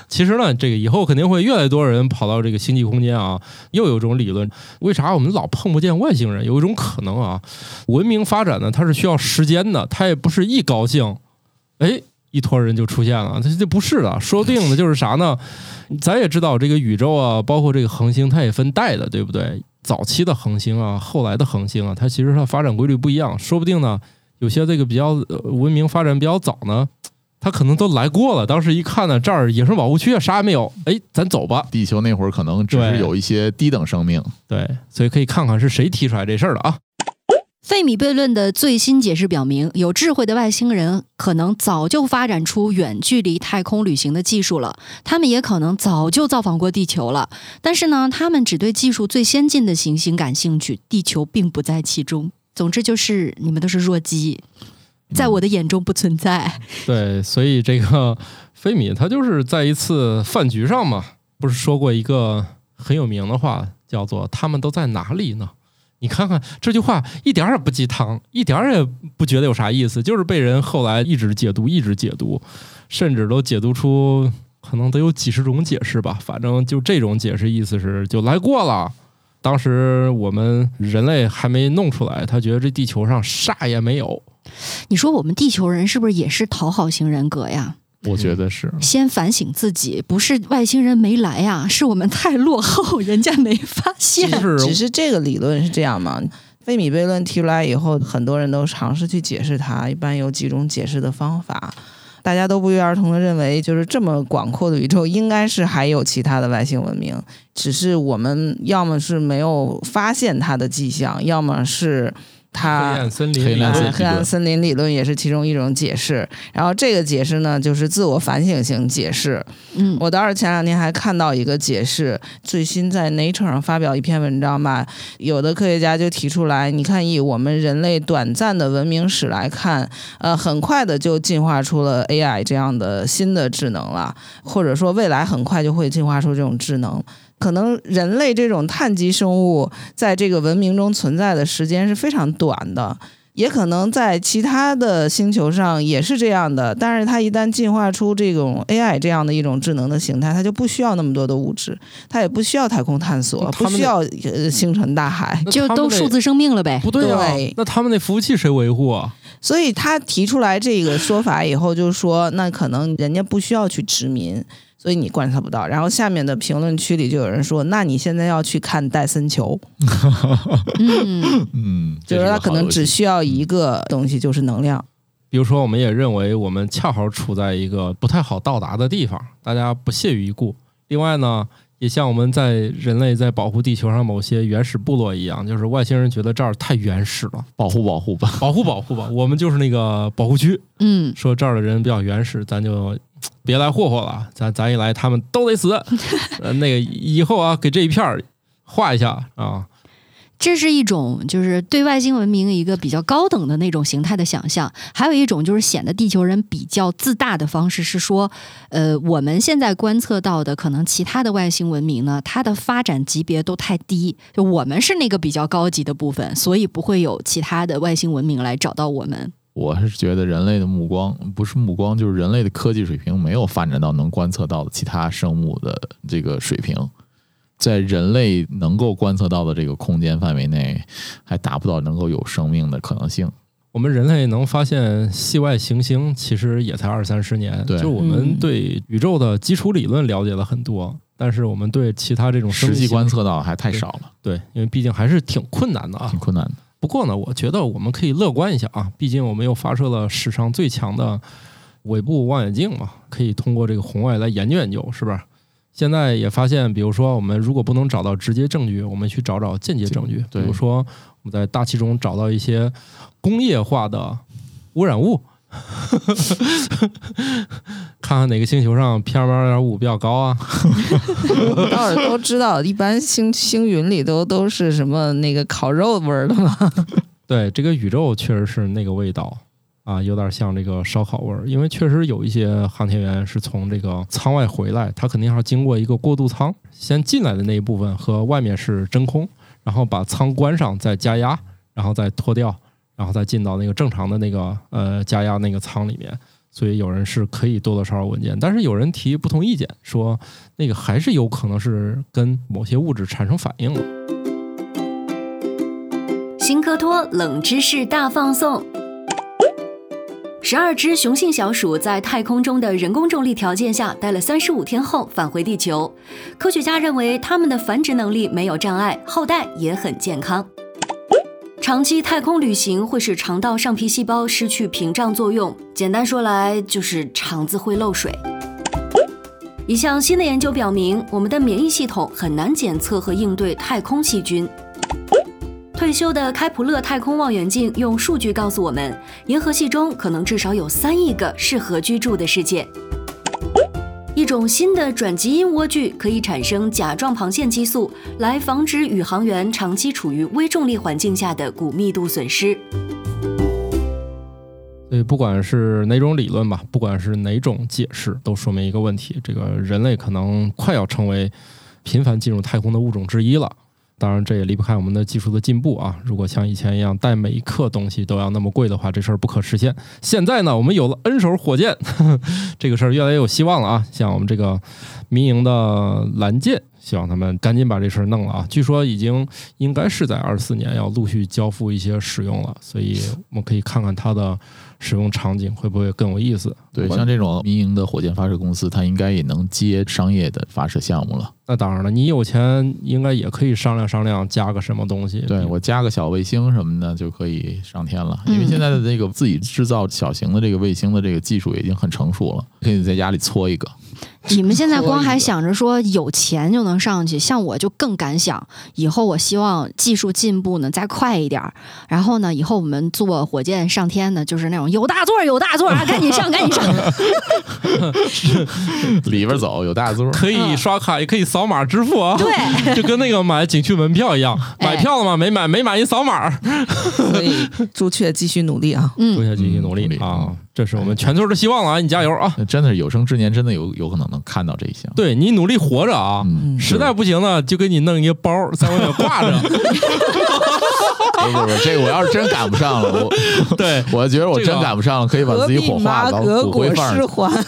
S4: 其实呢，这个以后肯定会越来越多人跑到这个星际空间啊。又有一种理论，为啥我们老碰不见外星人？有一种可能啊，文明发展呢，它是需要时间的，它也不是一高兴，哎，一坨人就出现了，它这不是的，说不定的就是啥呢？咱也知道这个宇宙啊，包括这个恒星，它也分代的，对不对？早期的恒星啊，后来的恒星啊，它其实它发展规律不一样，说不定呢，有些这个比较呃文明发展比较早呢，他可能都来过了。当时一看呢，这儿野生保护区啊，啥也没有，哎，咱走吧。
S3: 地球那会儿可能只是
S4: 对
S3: 有一些低等生命，
S4: 对，所以可以看看是谁提出来这事儿的啊。
S1: 费米悖论的最新解释表明，有智慧的外星人可能早就发展出远距离太空旅行的技术了，他们也可能早就造访过地球了。但是呢，他们只对技术最先进的行星感兴趣，地球并不在其中。总之就是你们都是弱鸡，在我的眼中不存在。
S4: 对，所以这个菲米他就是在一次饭局上嘛，不是说过一个很有名的话，叫做“他们都在哪里呢？”你看看这句话一点儿也不鸡汤，一点儿也不觉得有啥意思，就是被人后来一直解读，一直解读，甚至都解读出可能得有几十种解释吧。反正就这种解释意思是就来过了。当时我们人类还没弄出来，他觉得这地球上啥也没有。
S1: 你说我们地球人是不是也是讨好型人格呀？
S3: 嗯我觉得是。
S1: 先反省自己，不是外星人没来呀，是我们太落后，人家没发 (laughs) 现。
S4: 就是
S2: 只是这个理论是这样嘛？费米悖论提出来以后，很多人都尝试去解释它，一般有几种解释的方法。大家都不约而同的认为，就是这么广阔的宇宙，应该是还有其他的外星文明，只是我们要么是没有发现它的迹象，要么是它
S4: 黑暗森林
S3: 啊黑
S4: 里
S3: 暗
S4: 面，
S2: 对
S3: 森林
S2: 黑暗森林理论也是其中一种解释。然后这个解释呢，就是自我反省型解释。
S1: 嗯，
S2: 我当时前两天还看到一个解释，最新在 Nature 上发表一篇文章吧，有的科学家就提出来，你看以我们人类短暂的文明史来看，呃，很快的就进化出了 AI 这样的新的智能了，或者说未来很快就会进化出这种智能。可能人类这种碳基生物在这个文明中存在的时间是非常短的，也可能在其他的星球上也是这样的，但是它一旦进化出这种 AI 这样的一种智能的形态，它就不需要那么多的物质，它也不需要太空探索，
S4: 他
S2: 不
S4: 们
S2: 需
S4: 的嗯
S2: 要呃星辰大海，
S4: 那
S1: 就
S4: 他们
S1: 都
S4: 得
S1: 数字生命了呗。
S4: 不对啊
S2: 对，
S4: 那他们那服务器谁维护啊？
S2: 所以他提出来这个说法以后，就说那可能人家不需要去殖民，所以你观察不到。然后下面的评论区里就有人说，那你现在要去看戴森球，
S1: 嗯，
S3: 嗯，
S2: 就
S3: 这
S2: 是
S3: 个
S2: 他
S3: 好
S2: 可能
S3: 逻辑
S2: 只需要一个东西，就是能
S3: (laughs)
S2: 量。
S4: 比如说，我们也认为我们恰好处在一个不太好到达的地方，大家不屑于一顾。另外呢，也像我们在人类在保护地球上某些原始部落一样，就是外星人觉得这儿太原始了，
S3: 保护保护吧。
S4: 保护保护吧， (laughs) 我们就是那个保护区，
S1: 嗯，
S4: 说这儿的人比较原始，咱就别来霍霍了，咱咱一来他们都得死。呃，那个以后啊，给这一片儿画一下啊，
S1: 这是一种就是对外星文明一个比较高等的那种形态的想象，还有一种就是显得地球人比较自大的方式是说，呃，我们现在观测到的可能其他的外星文明呢，它的发展级别都太低，就我们是那个比较高级的部分，所以不会有其他的外星文明来找到我们。
S3: (laughs) 我是觉得人类的目光不是目光，就是人类的科技水平没有发展到能观测到的其他生物的这个水平，在人类能够观测到的这个空间范围内，还达不到能够有生命的可能性。
S4: 我们人类能发现系外行星，其实也才二三十年。
S3: 对
S4: 就是我们对宇宙的基础理论了解了很多，但是我们对其他这种
S3: 实
S4: 生命
S3: 际
S4: 形
S3: 观测到的还太少了，
S4: 对，因为毕竟还是挺困难的啊
S3: 挺。困难的。
S4: 不过呢，我觉得我们可以乐观一下啊，毕竟我们又发射了史上最强的尾部望远镜嘛，可以通过这个红外来研究研究，是不是？现在也发现，比如说我们如果不能找到直接证据，我们去找找间接证据，比
S3: 对
S4: 如说我们在大气中找到一些工业化的污染物。 (laughs) 看看哪个星球上 PM 二点五比较高啊？
S2: 我倒是都知道，一般星星云里都都是什么那个烤肉味儿的
S3: (laughs)
S2: 嘛。
S4: 对，这个宇宙确实是那个味道啊，有点像这个烧烤味儿。因为确实有一些航天员是从这个舱外回来，他肯定要经过一个过渡舱，先进来的那一部分和外面是真空，然后把舱关上，再加压，然后再脱掉，然后再进到那个正常的那个呃加压那个舱里面。所以有人是可以多多少少闻见，但是有人提不同意见，说那个还是有可能是跟某些物质产生反应了。
S5: 新科托冷知识大放送。十二只雄性小鼠在太空中的人工重力条件下待了三十五天后返回地球。科学家认为它们的繁殖能力没有障碍，后代也很健康。长期太空旅行会使肠道上皮细胞失去屏障作用，简单说来就是肠子会漏水。一项新的研究表明，我们的免疫系统很难检测和应对太空细菌。退休的开普勒太空望远镜用数据告诉我们，银河系中可能至少有三亿个适合居住的世界。一种新的转基因莴苣可以产生甲状旁腺激素，来防止宇航员长期处于微重力环境下的骨密度损失。
S4: 所以不管是哪种理论吧，不管是哪种解释，都说明一个问题：这个人类可能快要成为频繁进入太空的物种之一了。当然，这也离不开我们的技术的进步啊！如果像以前一样带每一克东西都要那么贵的话，这事儿不可实现。现在呢，我们有了 N 手火箭， (laughs) 呵呵这个事儿越来越有希望了啊！像我们这个民营的蓝箭，希望他们赶紧把这事儿弄了啊！据说已经应该是在二四年要陆续交付一些使用了，所以我们可以看看它的使用场景会不会更有意思。
S3: 对，像这种民营的火箭发射公司，它应该也能接商业的发射项目了。
S4: 那当然了，你有钱应该也可以商量商量加个什么东西。
S3: 对我加个小卫星什么的就可以上天了，
S4: 嗯
S3: 因为现在的这个自己制造小型的这个卫星的这个技术已经很成熟了，可以在家里搓一个。
S1: 你们现在光还想着说有钱就能上去，像我就更敢想，以后我希望技术进步呢再快一点儿。然后呢，以后我们坐火箭上天呢，就是那种有大座儿有大座儿啊，赶紧上赶紧上。
S4: 嗯
S3: 里边走有大座儿，
S4: 可以刷卡，也可以扫码支付啊。
S1: 对，
S4: (laughs) 就跟那个买景区门票一样，买票了吗？没买，没买，你扫码。
S2: 所以朱雀继续努力啊！
S4: 多
S1: 嗯，
S4: 下继续努
S3: 嗯
S4: 力
S3: 努力
S4: 啊！这是我们全村的希望了啊！你加油啊！
S3: 那真的是有生之年真的有有可能能看到这一嗯项。
S4: 对你努力活着啊！
S3: 嗯，
S4: 实在不行呢，就给你弄一个包儿在外面
S3: (laughs)
S4: 挂着。
S3: 不是不是，这个我要是真赶不上了，我
S4: 对，
S3: 我觉得我真赶不上了，可以 (laughs) 把
S2: 何
S3: 自己
S2: 必
S3: 火化，
S2: 麻
S3: 把
S2: 革
S3: 骨
S2: 裹
S3: 灰放
S2: 尸
S3: 上，
S2: 还？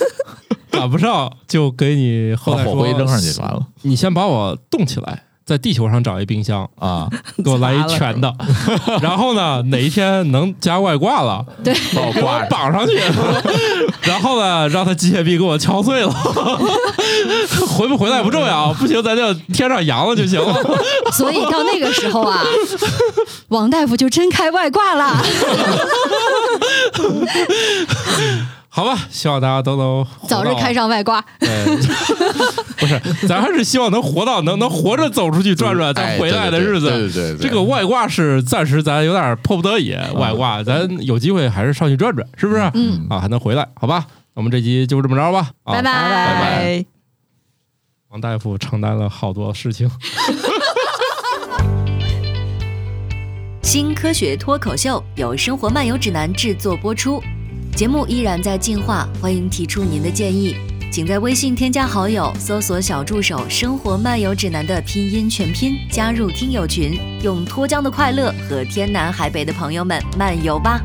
S4: 赶不上就给你后
S3: 把
S4: 来
S3: 火
S4: 说
S3: 灰扔上去就完了
S4: 你先把我冻起来，在地球上找一冰箱， (laughs)
S3: 啊！
S4: 给我来
S2: 砸
S4: 一
S2: 了
S4: 拳的。然后呢，哪一天能加外挂了，
S3: 把我
S4: 给我
S3: 挂上，
S4: 绑上去， (laughs) 然后呢，让他机械臂给我敲碎了， (laughs) 回不回来不重要，不行咱就天上扬了就行了。
S1: 所以到那个时候啊，王大夫就真开外挂了。
S4: 好吧，希望大家都能活
S1: 早日
S4: 到
S1: 开。上外挂。
S4: 对不是，咱还是希望能活到能能活着走出去转转，再
S3: 哎
S4: 回来的日子。
S3: 对对对对对
S4: 这个外挂是暂时咱有点迫不得已，外挂咱有机会还是上去转转，是不是？
S1: 嗯
S4: 啊，还能回来，好吧？我们这集就这么着吧。啊、
S1: 拜拜
S2: 拜
S3: 拜
S2: 拜。
S4: 王大夫承担了好多事情。
S5: 新科学脱口秀由生活漫游指南制作播出，节目依然在进化，欢迎提出您的建议，请在微信添加好友，搜索小助手“生活漫游指南”的拼音全拼，加入听友群，用脱缰的快乐和天南海北的朋友们漫游吧。